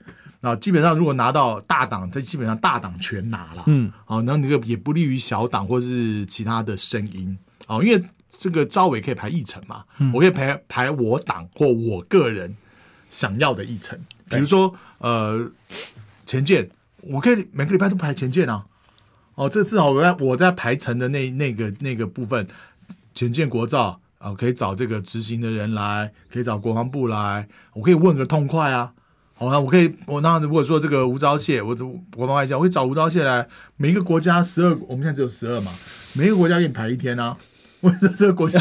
B: 啊，基本上如果拿到大党，这基本上啊大党全拿了，嗯，好、然后那个也不利于小党或是其他的声音，哦，因为这个招委可以排议程嘛，我可以排排我党或我个人想要的议程，比如说呃前建，我可以每个礼拜都排前建啊。哦，这次好，我在我在排程的那那个那个部分，前建国造啊、可以找这个执行的人来，可以找国防部来，我可以问个痛快啊。好、那我可以，我那如果说这个吴钊燮，我国防外交，我会找吴钊燮来。每一个国家十二，我们现在只有十二嘛，每一个国家给你排一天啊。 我说这个国家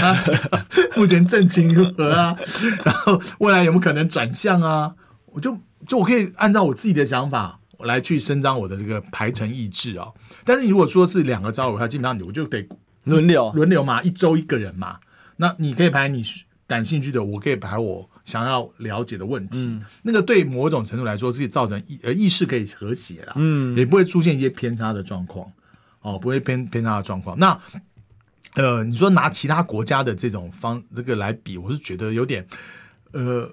B: 目前政情如何啊？然后未来有没有可能转向啊？我就就我可以按照我自己的想法我来去伸张我的这个排程意志哦。但是你如果说是两个招委，它基本上你我就得
A: 轮流，
B: 轮流嘛，一周一个人嘛。那你可以排你感兴趣的，我可以排我想要了解的问题。那个对某种程度来说是造成意呃意识可以和谐啦，嗯，也不会出现一些偏差的状况，哦，不会偏偏差的状况。那呃，你说拿其他国家的这种方这个来比，我是觉得有点呃，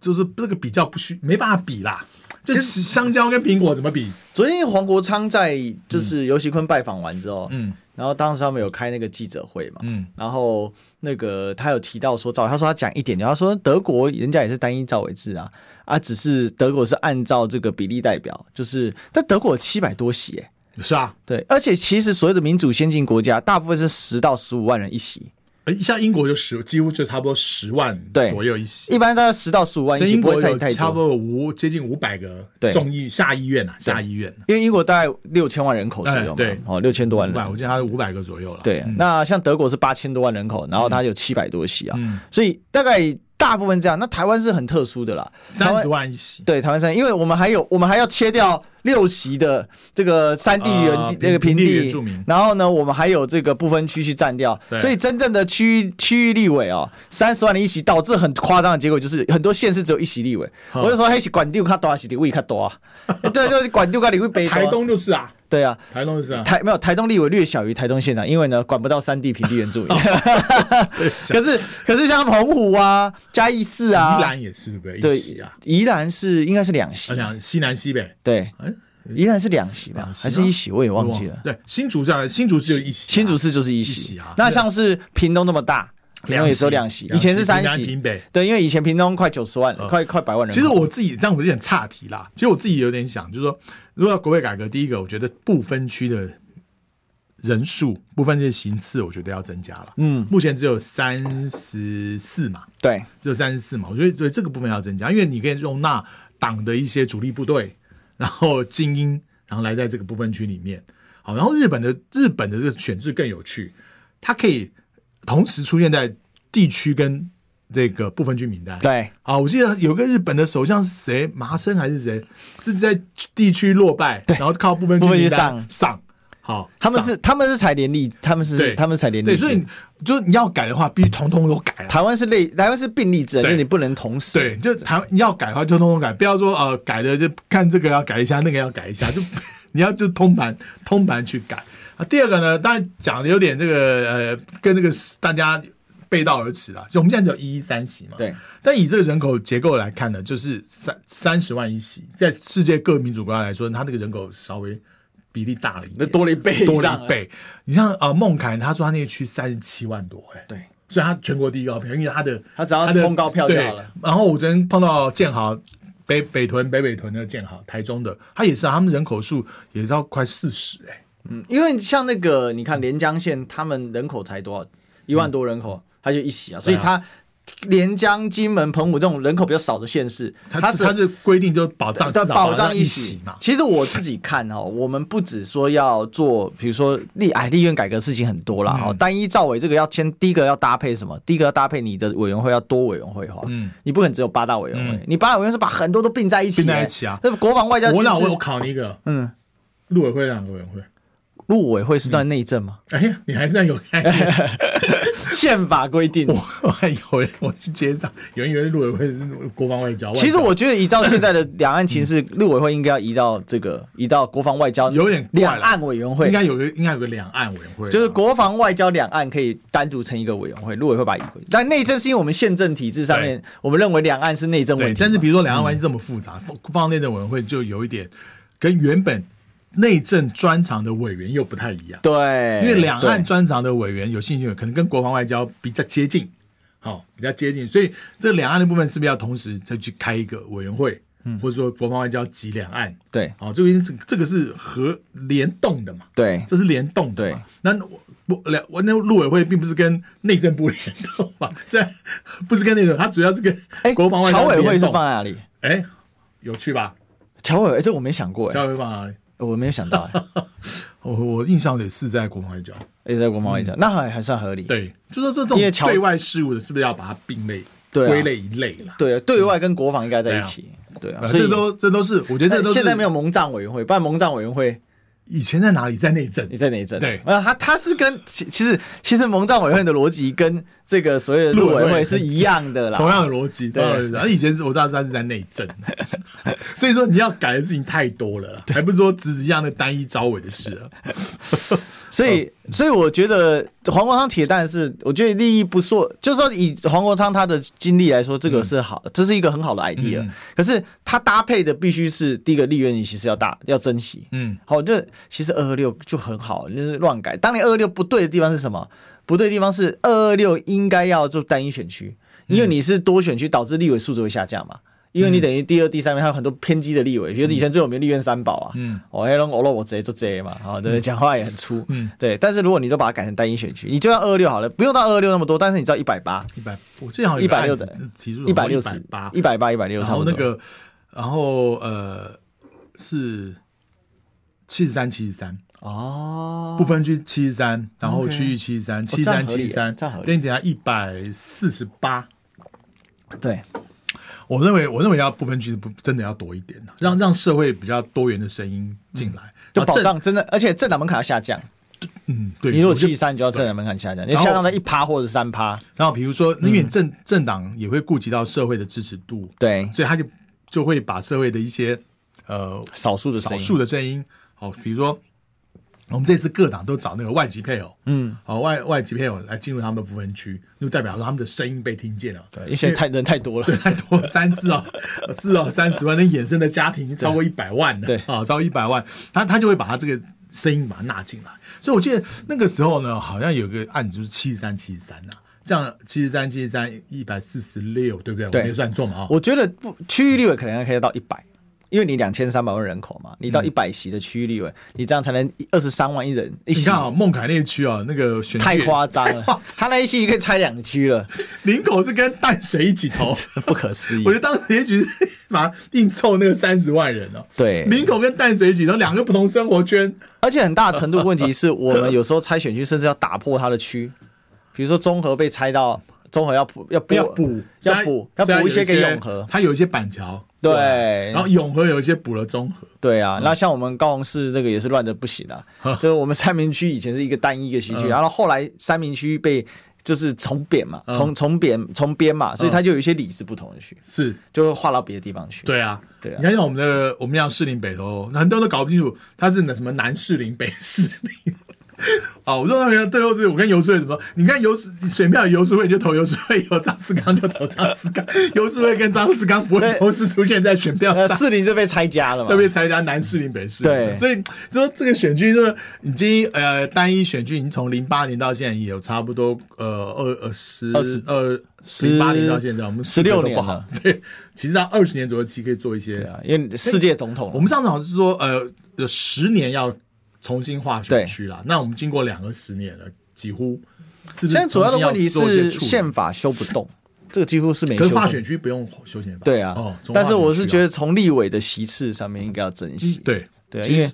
B: 就是这个比较不需没办法比啦。就是香蕉跟苹果怎么比？
A: 昨天黄国昌在就是尤熙坤拜访完之后，
B: 嗯
A: 然后当时他们有开那个记者会嘛，
B: 嗯
A: 然后那个他有提到说赵，他说他讲一点，他说德国人家也是单一赵伟制啊，啊，只是德国是按照这个比例代表，就是但德国有七百多席、欸，
B: 是啊，
A: 对，而且其实所谓的民主先进国家，大部分是十到十五万人一席，
B: 呃像英国就十，几乎就差不多十万
A: 对
B: 左右一席。
A: 一般大概十到十五万
B: 所
A: 一
B: 以
A: 席，
B: 英
A: 不
B: 国
A: 会太
B: 有
A: 太
B: 差不
A: 多，
B: 多有五接近五百个
A: 对
B: 众议下议院啊，下议院
A: 因为英国大概六千万人口左右嘛，
B: 哎对
A: 哦，六千多万
B: 五
A: 人
B: 百，，我记得它是五百个左右了。
A: 对，
B: 嗯
A: 那像德国是八千多万人口，然后它有七百多席啊，
B: 嗯，
A: 所以大概大部分这样。那台湾是很特殊的啦，台
B: 三
A: 湾
B: 十万一席，
A: 对台湾山，因为我们还有我们还要切掉六席的这个山地原
B: 啊
A: 地那个
B: 平
A: 平
B: 地原
A: 地
B: 住民，
A: 然后呢，我们还有这个不分区去占掉
B: 对，
A: 所以真正的区域区域立委哦，三十万的一席，导致很夸张的结果就是很多县市只有一席立委。
B: 嗯
A: 我就说，还是管丢卡多，还是立委卡多啊？对，就是管丢卡立委北
B: 台东就是啊，
A: 对啊，
B: 台东就是啊，
A: 台没有台东立委略小于台东县长，因为呢管不到山地平地原住
B: 哦
A: 民。可是可是像澎湖啊、嘉义市啊、
B: 宜兰也是对不对？
A: 对
B: 一席啊，，
A: 宜兰是应该是两席
B: 而，且西南西北，
A: 对，
B: 哎，
A: 宜兰是两席吧
B: 两，席啊
A: 还
B: 吗
A: 是一席？我也忘记了。
B: 对，新竹这样，新竹只有一席啊，
A: 新竹市就是一
B: 一席
A: 席
B: 啊
A: 那像是屏东那么大，屏东也只有两席，以前是三
B: 平南
A: 席
B: 平。北。
A: 对，因为以前屏东快九十万
B: 嗯，
A: 快快百万人口。
B: 其实我自己，但我有点岔题啦。其实我自己有点想，就是说，如果要国会改革，第一个，我觉得不分区的人数、不分区的席次，我觉得要增加了。
A: 嗯，
B: 目前只有三十四嘛，
A: 对
B: 只有三十四嘛，我觉得所以这个部分要增加，因为你可以容纳党的一些主力部队，然后精英，然后来在这个部分区里面。好，然后日本的日本的这个选制更有趣，它可以同时出现在地区跟这个部分区名单。
A: 对，
B: 啊，我记得有个日本的首相是谁，麻生还是谁，是在地区落败，然后靠部分
A: 部分区
B: 名单
A: 上
B: 上。好，
A: 他们
B: 上
A: 是他们是采联立，他们是
B: 对
A: 他们是采联立
B: 对，
A: 制。
B: 所以你就是你要改的话，必须统统都改啊了。
A: 台湾是类，台湾是并立制，就
B: 对
A: 是你不能同时。
B: 对，就台湾你要改的话就通通改，不要说呃改的就看这个要改一下，那个要改一下，就 你要就通盘通盘去改。啊，第二个呢，当然讲的有点这个呃，跟这个大家背道而驰啦。就我们现在只有一一三席嘛，
A: 对。
B: 但以这个人口结构来看呢，就是三三十万一席，在世界各民主国家来说，它这个人口稍微比例大了一
A: 那
B: 点，
A: 多了一倍以
B: 多
A: 上
B: 了一
A: 啊。
B: 倍。你像呃，孟凯他说他那个区三十七万多、哎，
A: 对，
B: 所以他全国第一高票，因为他的
A: 他只要
B: 的
A: 冲高票就好
B: 对
A: 了。
B: 然后我昨天碰到建豪，北北屯北北屯的建豪，台中的，他也是、啊，他们人口数也到快四十哎，
A: 嗯，因为像那个你看连江县，他们人口才多少？一万多人口，他就一席啊，所以他连江、金门、澎湖这种人口比较少的县市，
B: 他
A: 它
B: 是他是规定就是保障
A: 对，
B: 至少啊
A: 保障
B: 一
A: 一
B: 席
A: 席
B: 嘛。
A: 其实我自己看哦， 我们不只说要做，比如说立哎立院改革事情很多
B: 嗯
A: 啦，哦，单一赵委这个要先第一个要搭配什么？第一个要搭配你的委员会要多委员会化，
B: 嗯
A: 嗯，你不可能只有八大委员会
B: 嗯，
A: 你八大委员是把很多都并在一起，哎
B: 并在一起啊
A: 那国防外交
B: 我
A: 军
B: 老我我
A: 事，
B: 考你一个，
A: 嗯，
B: 陆委会两个委员会，
A: 陆委会是段内政嘛，
B: 哎呀，你还 算有概念，
A: 宪法规定。
B: 我我还有人我去街上，有人以为陆委会是国防外交，
A: 其实
B: 外交
A: 我觉得依照现在的两岸情势，陆委会应该要移到这个移到国防外交
B: 有点怪了
A: 两岸委员会
B: 应，该有个应该有个两岸委员会啊，
A: 就是国防、外交、两岸可以单独成一个委员会，陆委会把它移回去。但内政是因为我们宪政体制上面，我们认为两岸是内政问
B: 对，
A: 题嘛。嗯
B: 但是比如说两岸关系这么复杂，放放内政委员会就有一点跟原本内政专长的委员又不太一样。
A: 对，
B: 因为两岸
A: 对
B: 专长的委员有兴趣，可能跟国防外交比较接近，好、比较接近，所以这两岸的部分是不是要同时再去开一个委员会，嗯、或者说国防外交及两岸，
A: 对
B: 好、这个这个这个是和联动的嘛，
A: 对
B: 这是联动的嘛，那我。不，两我那陆委会并不是跟内政部联动嘛，虽然不是跟内政，它主要是跟
A: 哎，
B: 国防外
A: 侨
B: 交
A: 委会
B: 联
A: 是
B: 动
A: 放在哪里？
B: 哎，有趣吧？
A: 侨委会这我没想过，
B: 侨
A: 哎，
B: 委会放哪里？
A: 我没有想到，哎
B: 我我印象里是在国防外交，
A: 也在国贸一家，那还还算合理。
B: 嗯对，就说这
A: 因为
B: 种
A: 侨
B: 对外事务的，是不是要把它并类、
A: 对啊
B: 归类一类啦？
A: 对，对外跟国防应该在一起。对啊，
B: 呃
A: 所以
B: 这都这都是，我觉得这
A: 但
B: 都是
A: 现在没有蒙藏委员会，不然蒙藏委员会
B: 以前在哪里，在内政
A: 你在哪一阵？
B: 对
A: 啊，他他是跟其其实其实蒙藏委员会的逻辑跟这个所谓的陆
B: 陆委
A: 委会
B: 会
A: 是一样的啦，
B: 同样的逻辑，
A: 对
B: 同样的逻辑。然后以前是我知道他是在内政， 所以说你要改的事情太多了啦，还不是说只是一样的单一招委的事啊。
A: 所
B: 哦
A: 以，所以我觉得黄国昌铁蛋是，我觉得利益不错。就是说，以黄国昌他的经历来说，这个是好，这是一个很好的 idea、
B: 嗯
A: 可是他搭配的必须是第一个利润，其实要大，要珍惜。
B: 嗯，
A: 好，就其实二二六就很好，就是乱改。当年二二六不对的地方是什么？不对的地方是二二六应该要做单一选区，因
B: 嗯
A: 为你是多选区，导致立委素质会下降嘛。因为你等于第二、第三名，还有很多偏激的立委，比如以前最有名的立院三宝啊，
B: 嗯，
A: 哦，黑龙我罗我直接就这嘛，好、对，讲话也很粗，
B: 嗯，
A: 对。但是如果你都把它改成单一选区，你就算二六好了，不用到二六那么多，但是你知道一百八、
B: 一百，我记得好像有个案
A: 160
B: 子哎呃提出
A: 一百六
B: 一百
A: 十
B: 八、、
A: 一百八、一百六，
B: 然
A: 差不
B: 后
A: 多。
B: 那个，然后呃是七十三七十三
A: 哦
B: 不，分区七十三，然后
A: OK
B: 区域七十三七
A: 哦这样
B: 三
A: 合理
B: 七三，
A: 这样合理
B: 等你等下一百四十八。
A: 对，
B: 我认为，我认为要不分区不真的要多一点啊让让社会比较多元的声音进来，
A: 嗯就
B: 然后
A: 保
B: 政
A: 障真的，而且政党门槛要下降。
B: 嗯，对，
A: 你如果
B: 我就
A: 七三，你就要政党门槛下降，你
B: 然后
A: 下降到一趴或者三趴，
B: 然后比如说，因为政政党也会顾及到社会的支持度，
A: 嗯对，
B: 所以他就就会把社会的一些呃
A: 少数的声
B: 少
A: 音
B: 数的声音，好，比如说我们这次各党都找那个外籍配偶，
A: 嗯，
B: 好外外籍配偶来进入他们的不分区，就代表说他们的声音被听见了，对
A: 因为现在太人太多了，
B: 太多了三 只哦，是哦，三十万，那衍生的家庭已经超过一百万了，
A: 对
B: 啊，超过一百万，他他就会把他这个声音把它纳进来。所以我记得那个时候呢，好像有个案子就是七十三七十三呐，这样七十三七十三一百四十六，对不对？
A: 对
B: 我没有算错嘛啊。
A: 我觉得不区域立委可能可以到一百，因为你两千三百万人口嘛，你到一百席的区域立委，你这样才能二十三万一人一
B: 你
A: 席
B: 看，啊，孟凯那区啊，那个选
A: 太夸张
B: 太 夸
A: 了，他那一席可以拆两区了，
B: 林口是跟淡水一起 投，
A: 不可思议
B: 我。觉得当时也许是把它硬凑那个三十万人哦。
A: 对
B: 林口跟淡水一起投，两个不同生活圈，
A: 而且很大程度的问题是我们有时候拆选区，甚至要打破他的区，比如说综合被拆到综合要补要补
B: 要补
A: 要补要
B: 虽然
A: 补一些给
B: 虽然有
A: 永和，
B: 它有一些板桥，
A: 对
B: 然后永和有一些补了中和，
A: 对啊，那像我们高雄市这个也是乱的不行啊，就是我们三明区以前是一个单一的选区，
B: 嗯
A: 然后后来三明区被就是重编嘛，重重编重编嘛，
B: 嗯
A: 所以它就有一些里是不同的区，
B: 是
A: 就会划到别的地方去。
B: 对啊，
A: 对啊
B: 你看像我们的我们像士林北投，很多人都搞不清楚它是哪什么南士林、北士林。哦，我说那个最后是我跟游淑慧怎么？你看游淑选票有游淑慧你就投游淑慧，有张思刚就投张思刚，游淑慧跟张思刚不会
A: 对
B: 同时出现在选票
A: 呃，
B: 上。
A: 士林就被拆家了嘛
B: 特，别参加南士林北市，
A: 嗯对
B: 所以就说这个选区就是已经呃单一选区已经从零八年到现在也有差不多呃二二十
A: 二十
B: 二
A: 十
B: 零八年到现在我们
A: 十六
B: 都
A: 年
B: 不
A: 了
B: 好，对，其实到二十年左右期可以做一些
A: 对。啊，因为世界总统
B: 我
A: 了，
B: 们上次好像是说呃有十年要重新划选区啦，那我们经过两个十年了，几乎是不是
A: 现在主要的问题
B: 重新要做
A: 是
B: 一些处理
A: 宪法修不动，这个几乎是没
B: 嗯可
A: 修
B: 是
A: 动
B: 划。选区不用修宪法，
A: 对啊，
B: 哦，从
A: 但是我是觉
B: 划
A: 得从立委的席次上面应该要珍惜。
B: 选区啊对
A: 对啊，
B: 其
A: 因
B: 实
A: 为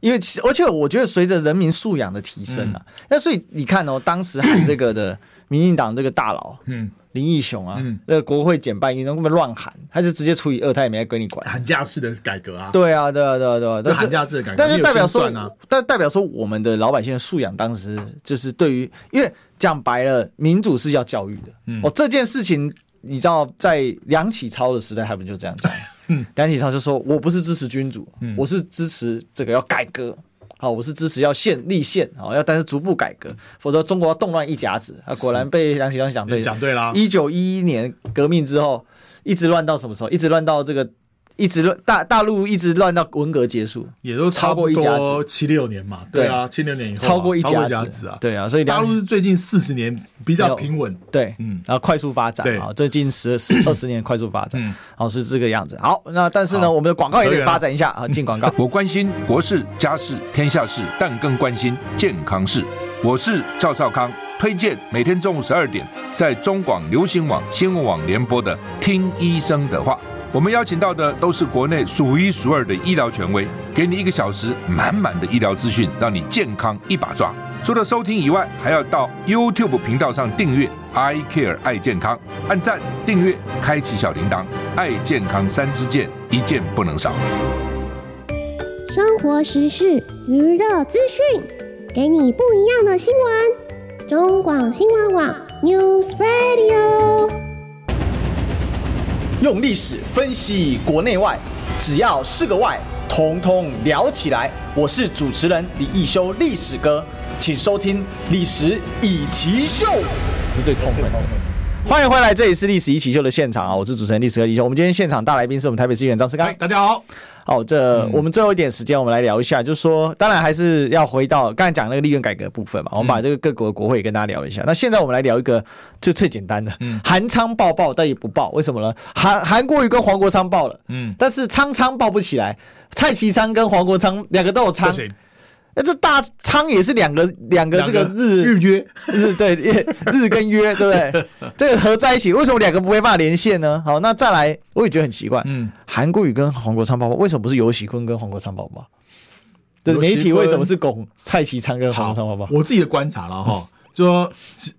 A: 因为其实而且我觉得随着人民素养的提升啊，那所以你看哦，当时喊这个的民进党这个大佬
B: 嗯
A: 林义雄啊，
B: 嗯
A: 那个国会减半运动根本乱喊，他就直接除以二，他也没归你管。
B: 寒假式的改革啊，
A: 对啊，对啊，对啊，对啊，
B: 这
A: 但是
B: 寒假式的改革
A: 但是
B: 没有
A: 代表
B: 精
A: 说
B: 算啊，
A: 但代表说我们的老百姓的素养，当时就是对于，因为讲白了，民主是要教育的。
B: 嗯
A: 哦，这件事情你知道，在梁启超的时代，他们就这样 讲。
B: 嗯，
A: 梁启超就说：“我不是支持君主，
B: 嗯
A: 我是支持这个要改革。”好，我是支持要宪立宪，好要但是逐步改革，否则中国要动乱一甲子啊！果然被梁启超讲对了，
B: 讲对啦，啊
A: 一九一一年革命之后，一直乱到什么时候？一直乱到这个一直乱大大陆一直乱到文革结束，
B: 也都差
A: 超
B: 不
A: 过一甲
B: 多
A: 子
B: 七六年嘛，对啊，七六年以后啊
A: 超过一
B: 超过一
A: 甲
B: 子啊，
A: 对啊，所以
B: 大
A: 两
B: 陆是最近四十年比较平稳，
A: 对，
B: 嗯
A: 嗯，然后快速发展
B: 对
A: 啊，最近十十 二十年快速发展
B: 嗯，
A: 好是这个样子。好，那但是呢，
B: 好
A: 我们的广告也
B: 扯远
A: 得
B: 了
A: 发展一下啊，进广告。
D: 我关心国事、家事、天下事，但更关心健康事。我是赵少康，推荐每天中午十二点在中广流行网、新闻网联播的《听医生的话》。我们邀请到的都是国内数一数二的医疗权威，给你一个小时满满的医疗资讯，让你健康一把抓。除了收听以外，还要到 YouTube 频道上订阅 “I Care 爱健康”，按赞、订阅、开启小铃铛，爱健康三支箭，一件不能少。
E: 生活时事、娱乐资讯，给你不一样的新闻。中广新闻网 News Radio。
A: 用历史分析国内外，只要是个“外”，统统聊起来。我是主持人李一修，历史哥，请收听《历史以奇秀》，是最痛恨的。欢迎回来，这里是《历史一起秀》的现场啊！我是主持人历史哥一修。我们今天现场大来宾是我们台北市议员张世
B: 嗨，
A: 刚。
B: 哎大家好，
A: 好，这
B: 嗯
A: 我们最后一点时间，我们来聊一下，就是说，当然还是要回到刚才讲那个利润改革的部
B: 嗯
A: 分嘛，我们把这个各国的国会也跟大家聊一下。那现在我们来聊一个就最简单的，
B: 嗯
A: 韩昌报报但也不报，为什么呢？韩韩国瑜跟黄国昌报了，
B: 嗯
A: 但是昌昌报不起来，蔡其昌跟黄国昌两个都有
B: 这
A: 昌，
B: 谁？
A: 那这大昌也是两个两个这个
B: 两个
A: 日
B: 日约
A: 日对日日跟约对不对？ 这个合在一起，为什么两个不会办法连线呢？好，那再来，我也觉得很奇怪，
B: 嗯，
A: 韩国瑜跟黄国昌抱抱，为什么不是尤喜坤跟黄国昌抱抱？对，
B: 尤喜
A: 媒
B: 坤
A: 体为什么是拱蔡其昌跟黄国
B: 好
A: 昌抱抱？，
B: 我自己的观察
A: 嗯
B: 了哈，就说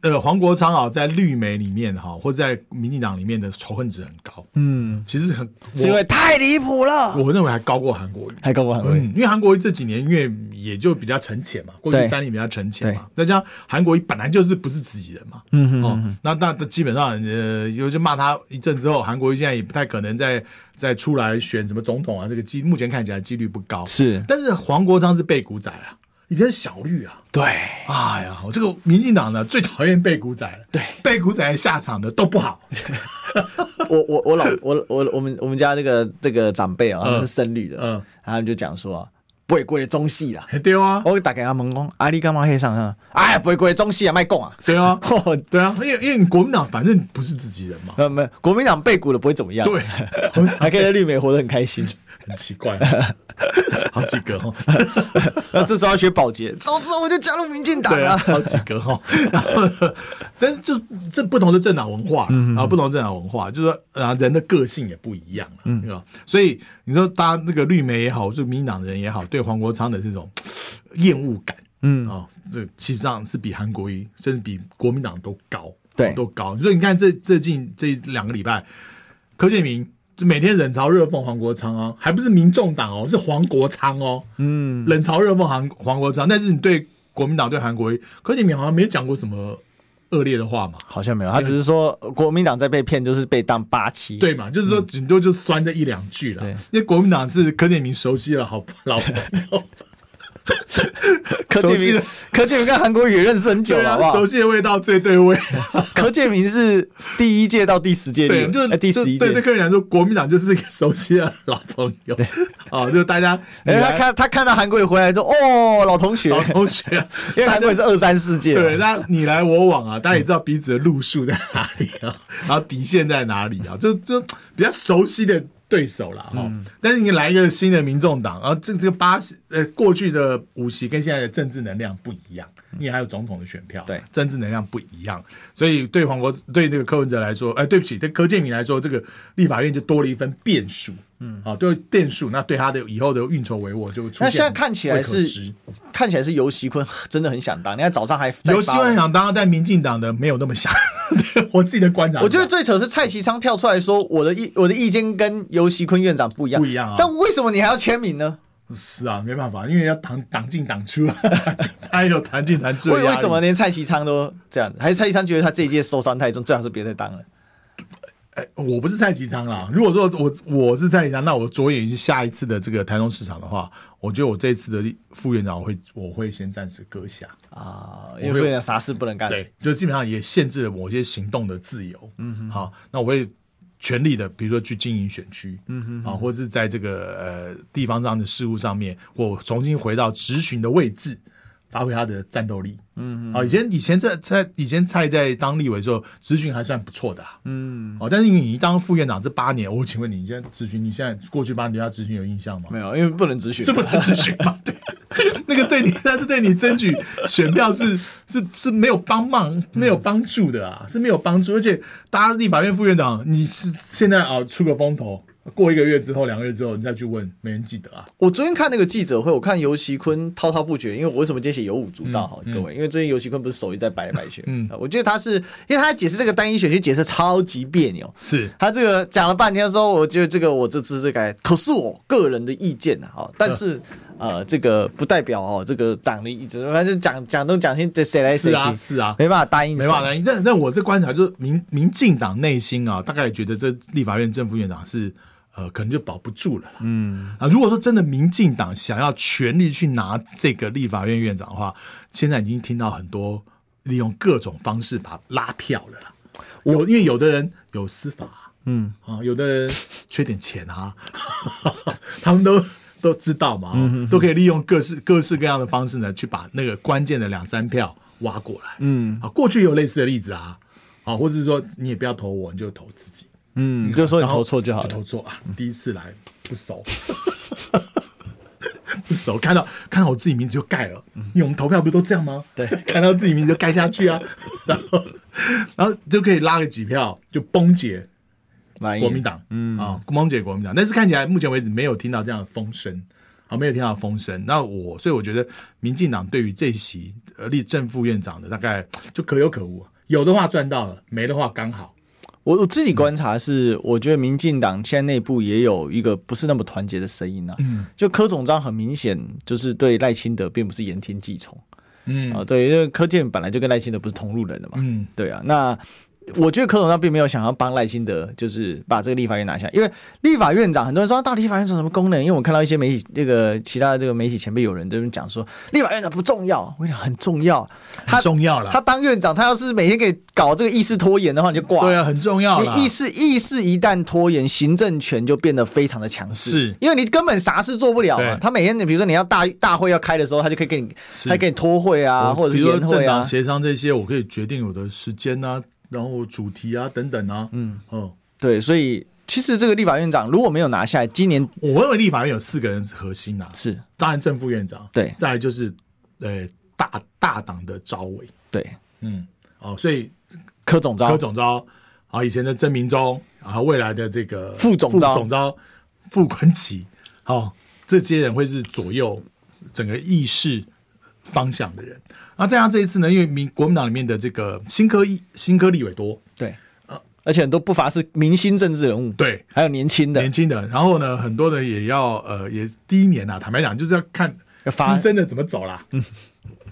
B: 呃，黄国昌啊，在绿媒里面哈，或在民进党里面的仇恨值很高，
A: 嗯，
B: 其实很，
A: 是因为太离谱了，
B: 我我认为还高过韩国瑜。
A: 还跟我很会
B: 嗯，因为韩国瑜这几年因为也就比较沉潜嘛，过去
A: 对
B: 三年比较沉潜嘛，再加上韩国瑜本来就是不是自己人嘛，
A: 嗯哼
B: 哦，那那那基本上呃，尤其骂他一阵之后，韩国瑜现在也不太可能再再出来选什么总统啊，这个机目前看起来几率不高。
A: 是
B: 但是黄国昌是被股仔啊，以前是小绿啊，
A: 对，
B: 哎呀，我这个民进党呢最讨厌被股仔了，
A: 对，
B: 被股仔下场的都 不好，
A: 我我我老我我我们我们家这个这个长辈啊，
B: 嗯
A: 他们是深绿的，
B: 嗯
A: 嗯，他们就讲说啊，不会过的中戏啦。
B: 嘿对啊，
A: 我打给他们讲，啊，你干嘛黑上上？哎，不会过的中戏啊，卖供啊。
B: 对啊，
A: 哦，
B: 对啊，因为因为你国民党反正不是自己人嘛，
A: 呃，没有，国民党被鼓了不会怎么样，
B: 对，
A: 还可以在绿媒活得很开心。
B: 很奇怪，啊好几个哦，
A: 那这时候要学保洁，早知道我就加入民进党
B: 对啊，
A: 了。
B: 好几个哈、然后， 但是就这不同的政党文化，
A: 嗯
B: 然后不同的政党文化，就是说啊，人的个性也不一样了，嗯，所以你说大家那个绿媒也好，就民进党的人也好，对黄国昌的这种 嘖厌恶感，
A: 嗯
B: 哦，这基本上是比韩国瑜甚至比国民党都高，
A: 对
B: 哦都高。所以你看这最近这两个礼拜，柯建明。就每天冷嘲热讽黄国昌哦，还不是民众党哦，是黄国昌哦。
A: 嗯，
B: 冷嘲热讽韩黄国昌，但是你对国民党对韩国瑜，柯建铭好像没有讲过什么恶劣的话嘛？
A: 好像没有，他只是说国民党在被骗，就是被当八七。，
B: 对嘛？就是说顶多就酸这一两句了
A: 嗯对，
B: 因为国民党是柯建铭熟悉的好老朋友，
A: 柯
B: 熟
A: 建
B: 悉
A: 明
B: 的，
A: 柯建明跟韩国瑜也认识很久
B: 对
A: 了，好
B: 啊
A: 不，好
B: 熟？悉的味道最 对味。
A: 柯建明是第一届到第十届立
B: 对，
A: 委，
B: 就是
A: 哎第
B: 就
A: 十一
B: 对对
A: 届。
B: 柯建铭来说，国民党就是一个熟悉的老朋友， 啊，就大家
A: 哎，
B: 你
A: 他
B: 来
A: 看他看到韩国瑜回来就哦，老同学，
B: 老同学，
A: 因为韩国瑜是二三四届嘛，
B: 对，那你来我往啊，大家也知道彼此的路数在哪里 啊，然后底线在哪里啊，就就比较熟悉的对手啦。哈、
A: 嗯
B: 但是你来一个新的民众党，然后这这个八十呃过去的五席跟现在的政治能量不一样，因为还有总统的选票，
A: 嗯对
B: 政治能量不一样，所以对黄国对这个柯文哲来说，哎、对不起，对柯建明来说，这个立法院就多了一份变数。嗯，好，对变数，那对他的以后的运筹帷幄就出现
A: 那现在看起来
B: 未可知
A: 是看起来是尤熙坤 真的很想当，你看早上还在
B: 尤其
A: 发文
B: 文想当，但民进党的没有那么想。 对我自己的观察，
A: 我觉得最扯是蔡其昌跳出来说我的意我的意见跟尤熙坤院长不一样，
B: 不一样啊
A: 但为什么你还要签名呢？
B: 是啊，没办法，因为要党党进党出，啊 他也有党进党出
A: 为
B: 的压
A: 为
B: 力。
A: 什么连蔡其昌都这样子？还是蔡其昌觉得他这一届受伤太重，最好是别再当了。
B: 哎我不是蔡其昌啦。如果说我我是蔡其昌，那我着眼于下一次的这个台中市场的话，我觉得我这次的副院长我会我会先暂时搁下。
A: 啊，因为副院长啥事不能干。
B: 对，就基本上也限制了某些行动的自由。嗯，好，那我会全力的，比如说去经营选区，嗯哼，啊，或是在这个呃地方上的事务上面，或重新回到执询的位置，发挥他的战斗力，嗯啊，以前以前在在以前蔡在当立委的时候，执询还算不错的、啊，嗯，哦，但是你当副院长这八年，我、请问你，你现在执询，你现在过去八年对他执询有印象吗？
A: 没有，因为不能只选。
B: 这不能咨询吗？ 对，那个对你，那是对你争取选票是是是没有帮忙、没有帮助的啊，是没有帮助。而且，大家立法院副院长，你是现在啊出个风头，过一个月之后、两个月之后，你再去问，没人记得啊。
A: 我昨天看那个记者会，我看尤其坤滔滔不绝，因为我为什么今天写有武足道？哈、各位，因为最近尤其坤不是手一直在摆来摆去，嗯，我觉得他是因为他解释这个单一选区解释超级别扭，
B: 是
A: 他这个讲了半天说，我觉得这个我这次这个，可是我个人的意见啊，哦但是。呃，这个不代表哦，这个党的意志，反正讲讲都讲清，这谁来谁
B: 是
A: 去，
B: 啊，是啊，
A: 没办法答应谁，
B: 没办法。那那我这观察就是民民进党内心啊，大概也觉得这立法院正副院长是呃，可能就保不住了啦。嗯啊，如果说真的民进党想要全力去拿这个立法院院长的话，现在已经听到很多利用各种方式把他拉票了啦。有因为有的人有司法，嗯啊，有的人缺点钱啊， 他们都。都知道嘛、哦，
A: 嗯
B: 都可以利用各式各式各样的方式呢，去把那个关键的两三票挖过来。嗯，啊，过去也有类似的例子啊，啊，或者是说你也不要投我，你就投自己，
A: 嗯，你就说你
B: 然后
A: 投错就好了
B: 投。错啊，第一次来不熟， 不熟，看到看到我自己名字就盖了，因为我们投票不是都这样吗？
A: 嗯对
B: 看到自己名字就盖下去啊， 然后然后就可以拉个几票就崩解
A: 来，
B: 国民党，嗯啊，蒙姐国民党，但是看起来目前为止没有听到这样的风声，啊，没有听到风声。那我所以我觉得民进党对于这席呃立正副院长的大概就可有可无，有的话赚到了，没的话刚好。
A: 我我自己观察是，我觉得民进党现在内部也有一个不是那么团结的声音啊。
B: 嗯
A: 就柯总章很明显就是对赖清德并不是言听计从
B: 嗯
A: 啊，对，因为柯建本来就跟赖清德不是同路人的嘛。
B: 嗯
A: 对啊，那我觉得柯总章并没有想要帮赖清德，就是把这个立法院拿下，因为立法院长很多人说啊到底立法院长什么功能？因为我看到一些媒体那个其他的这个媒体前辈有人在那边讲说立法院长不重要，我跟你讲很重要，他
B: 很重要啦
A: 他当院长，他要是每天给搞这个议事拖延的话，你就挂了。
B: 对啊，很重要啦。
A: 你议事议事一旦拖延，行政权就变得非常的强势，
B: 是
A: 因为你根本啥事做不了
B: 对
A: 啊。他每天，比如说你要大大会要开的时候，他就可以给你，
B: 是
A: 他给你拖会啊，
B: 我
A: 或者
B: 比
A: 是
B: 如说
A: 延会
B: 政党
A: 啊。
B: 协商这些，我可以决定我的时间啊，然后主题啊等等啊。嗯嗯，
A: 对，所以其实这个立法院长如果没有拿下来，今年
B: 我认为立法院有四个人是核心啊，
A: 是
B: 当然正副院长，
A: 对
B: 再来就是呃大大党的招委，
A: 对
B: 嗯，哦，所以
A: 柯总
B: 柯
A: 招，
B: 总招啊，以前的曾明忠，然后未来的这个
A: 副总
B: 副
A: 招
B: 总招傅昆奇，好、这些人会是左右整个议事方向的人。那再加上这一次呢，因为民国民党里面的这个新科议新科立委多，
A: 对，而且很多不乏是明星政治人物，，
B: 对，
A: 还有年轻的
B: 年，轻的，然后呢，很多人也要呃，也第一年啊，坦白讲，就是要看
A: 要发
B: 资深的怎么走啦。嗯，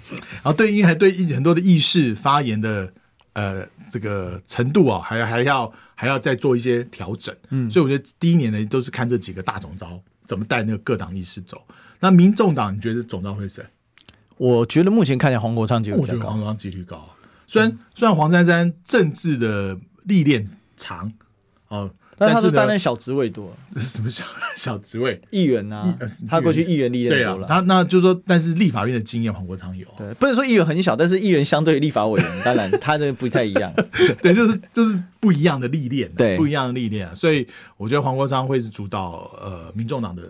B: 然后对，因为还对很多的意识发言的呃这个程度啊，还还要还要再做一些调整。嗯，所以我觉得第一年呢，都是看这几个大总招怎么带那个各党意识走。那民众党，你觉得总招会谁？
A: 我觉得目前看起来黄国昌机会
B: 我
A: 比
B: 觉
A: 较
B: 得黄
A: 高。
B: 国昌几率高啊。虽然、虽然黄珊珊政治的历练长哦，
A: 但他
B: 是
A: 是担
B: 呢
A: 任，小职位多，
B: 什么小小职位？
A: 议员
B: 议
A: 啊
B: 呃，
A: 他过去议员历
B: 对
A: 练
B: 啊
A: 多，了。
B: 他那就是说，但是立法院的经验黄国昌有，
A: 对，不能说议员很小，但是议员相对于立法委员，当然他这个不太一样。
B: 对，就是就是不一样的历练啊，
A: 对
B: 不一样的历练啊，所以我觉得黄国昌会是主导呃民众党的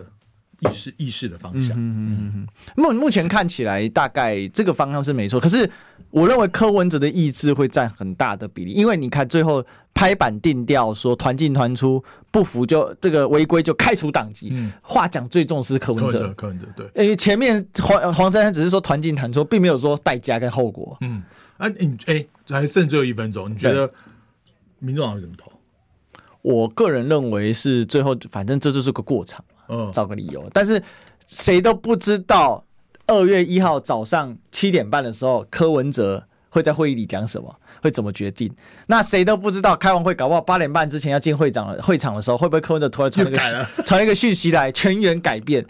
B: 意识意识的方 向，
A: 嗯目目前看起来，大概这个方向是没错。可是我认为柯文哲的意志会占很大的比例，因为你看最后拍板定调说团进团出，不服就这个违规就开除党籍。
B: 嗯
A: 话讲最重视柯
B: 柯
A: 文
B: 文哲
A: 哲，
B: 柯文哲对，
A: 因为前面黄黄珊珊只是说团进团出，并没有说代价跟后果。
B: 嗯，啊你哎还剩最后一分钟，你觉得民众党会怎么投？
A: 我个人认为是最后，反正这就是个过场嘛，
B: 嗯，
A: 找个理由。但是谁都不知道，二月一号早上七点半的时候，柯文哲会在会议里讲什么，会怎么决定。那谁都不知道，开完会搞不好八点半之前要进会长了，会场的时候会不会柯文哲突然传了个
B: 又改了
A: 讯传了一个讯息来，全员改变？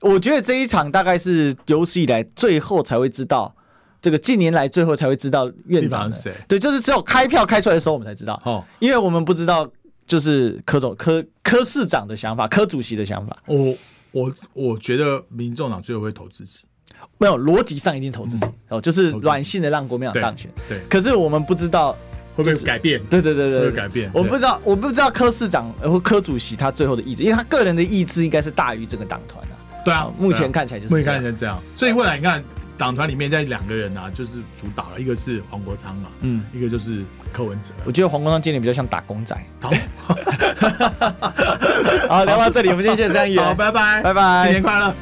A: 我觉得这一场大概是有史以来最后才会知道。这个近年来最后才会知道院长的
B: 立法是谁
A: 对，就是只有开票开出来的时候我们才知道。
B: 好
A: 因为我们不知道就是柯总柯柯市长的想法，柯主席的想法，
B: 我我我觉得民众党最后会投自己，
A: 没有逻辑上一定投自己、哦，就是
B: 嗯投自己
A: 软性的让国民党
B: 对
A: 当选。
B: 对
A: 可是我们不知道
B: 会不会改变？
A: 对对对对，
B: 会
A: 对
B: 有改变
A: 我不
B: 对
A: 知道，我不知道柯市长呃或柯主席他最后的意志，因为他个人的意志应该是大于整个党团啊。
B: 对啊
A: 哦，目前
B: 对啊
A: 看起来就是
B: 目前看
A: 这
B: 起来这样，所以未来你看党团里面在两个人啊，就是主导了，一个是黄国昌嘛，
A: 嗯
B: 嗯，一个就是柯文哲。
A: 我觉得黄光章今年比较像打工仔。
B: 好，
A: 好，聊到这里，我们今天谢谢三爷，
B: 好，拜拜，
A: 拜拜
B: 新年快乐。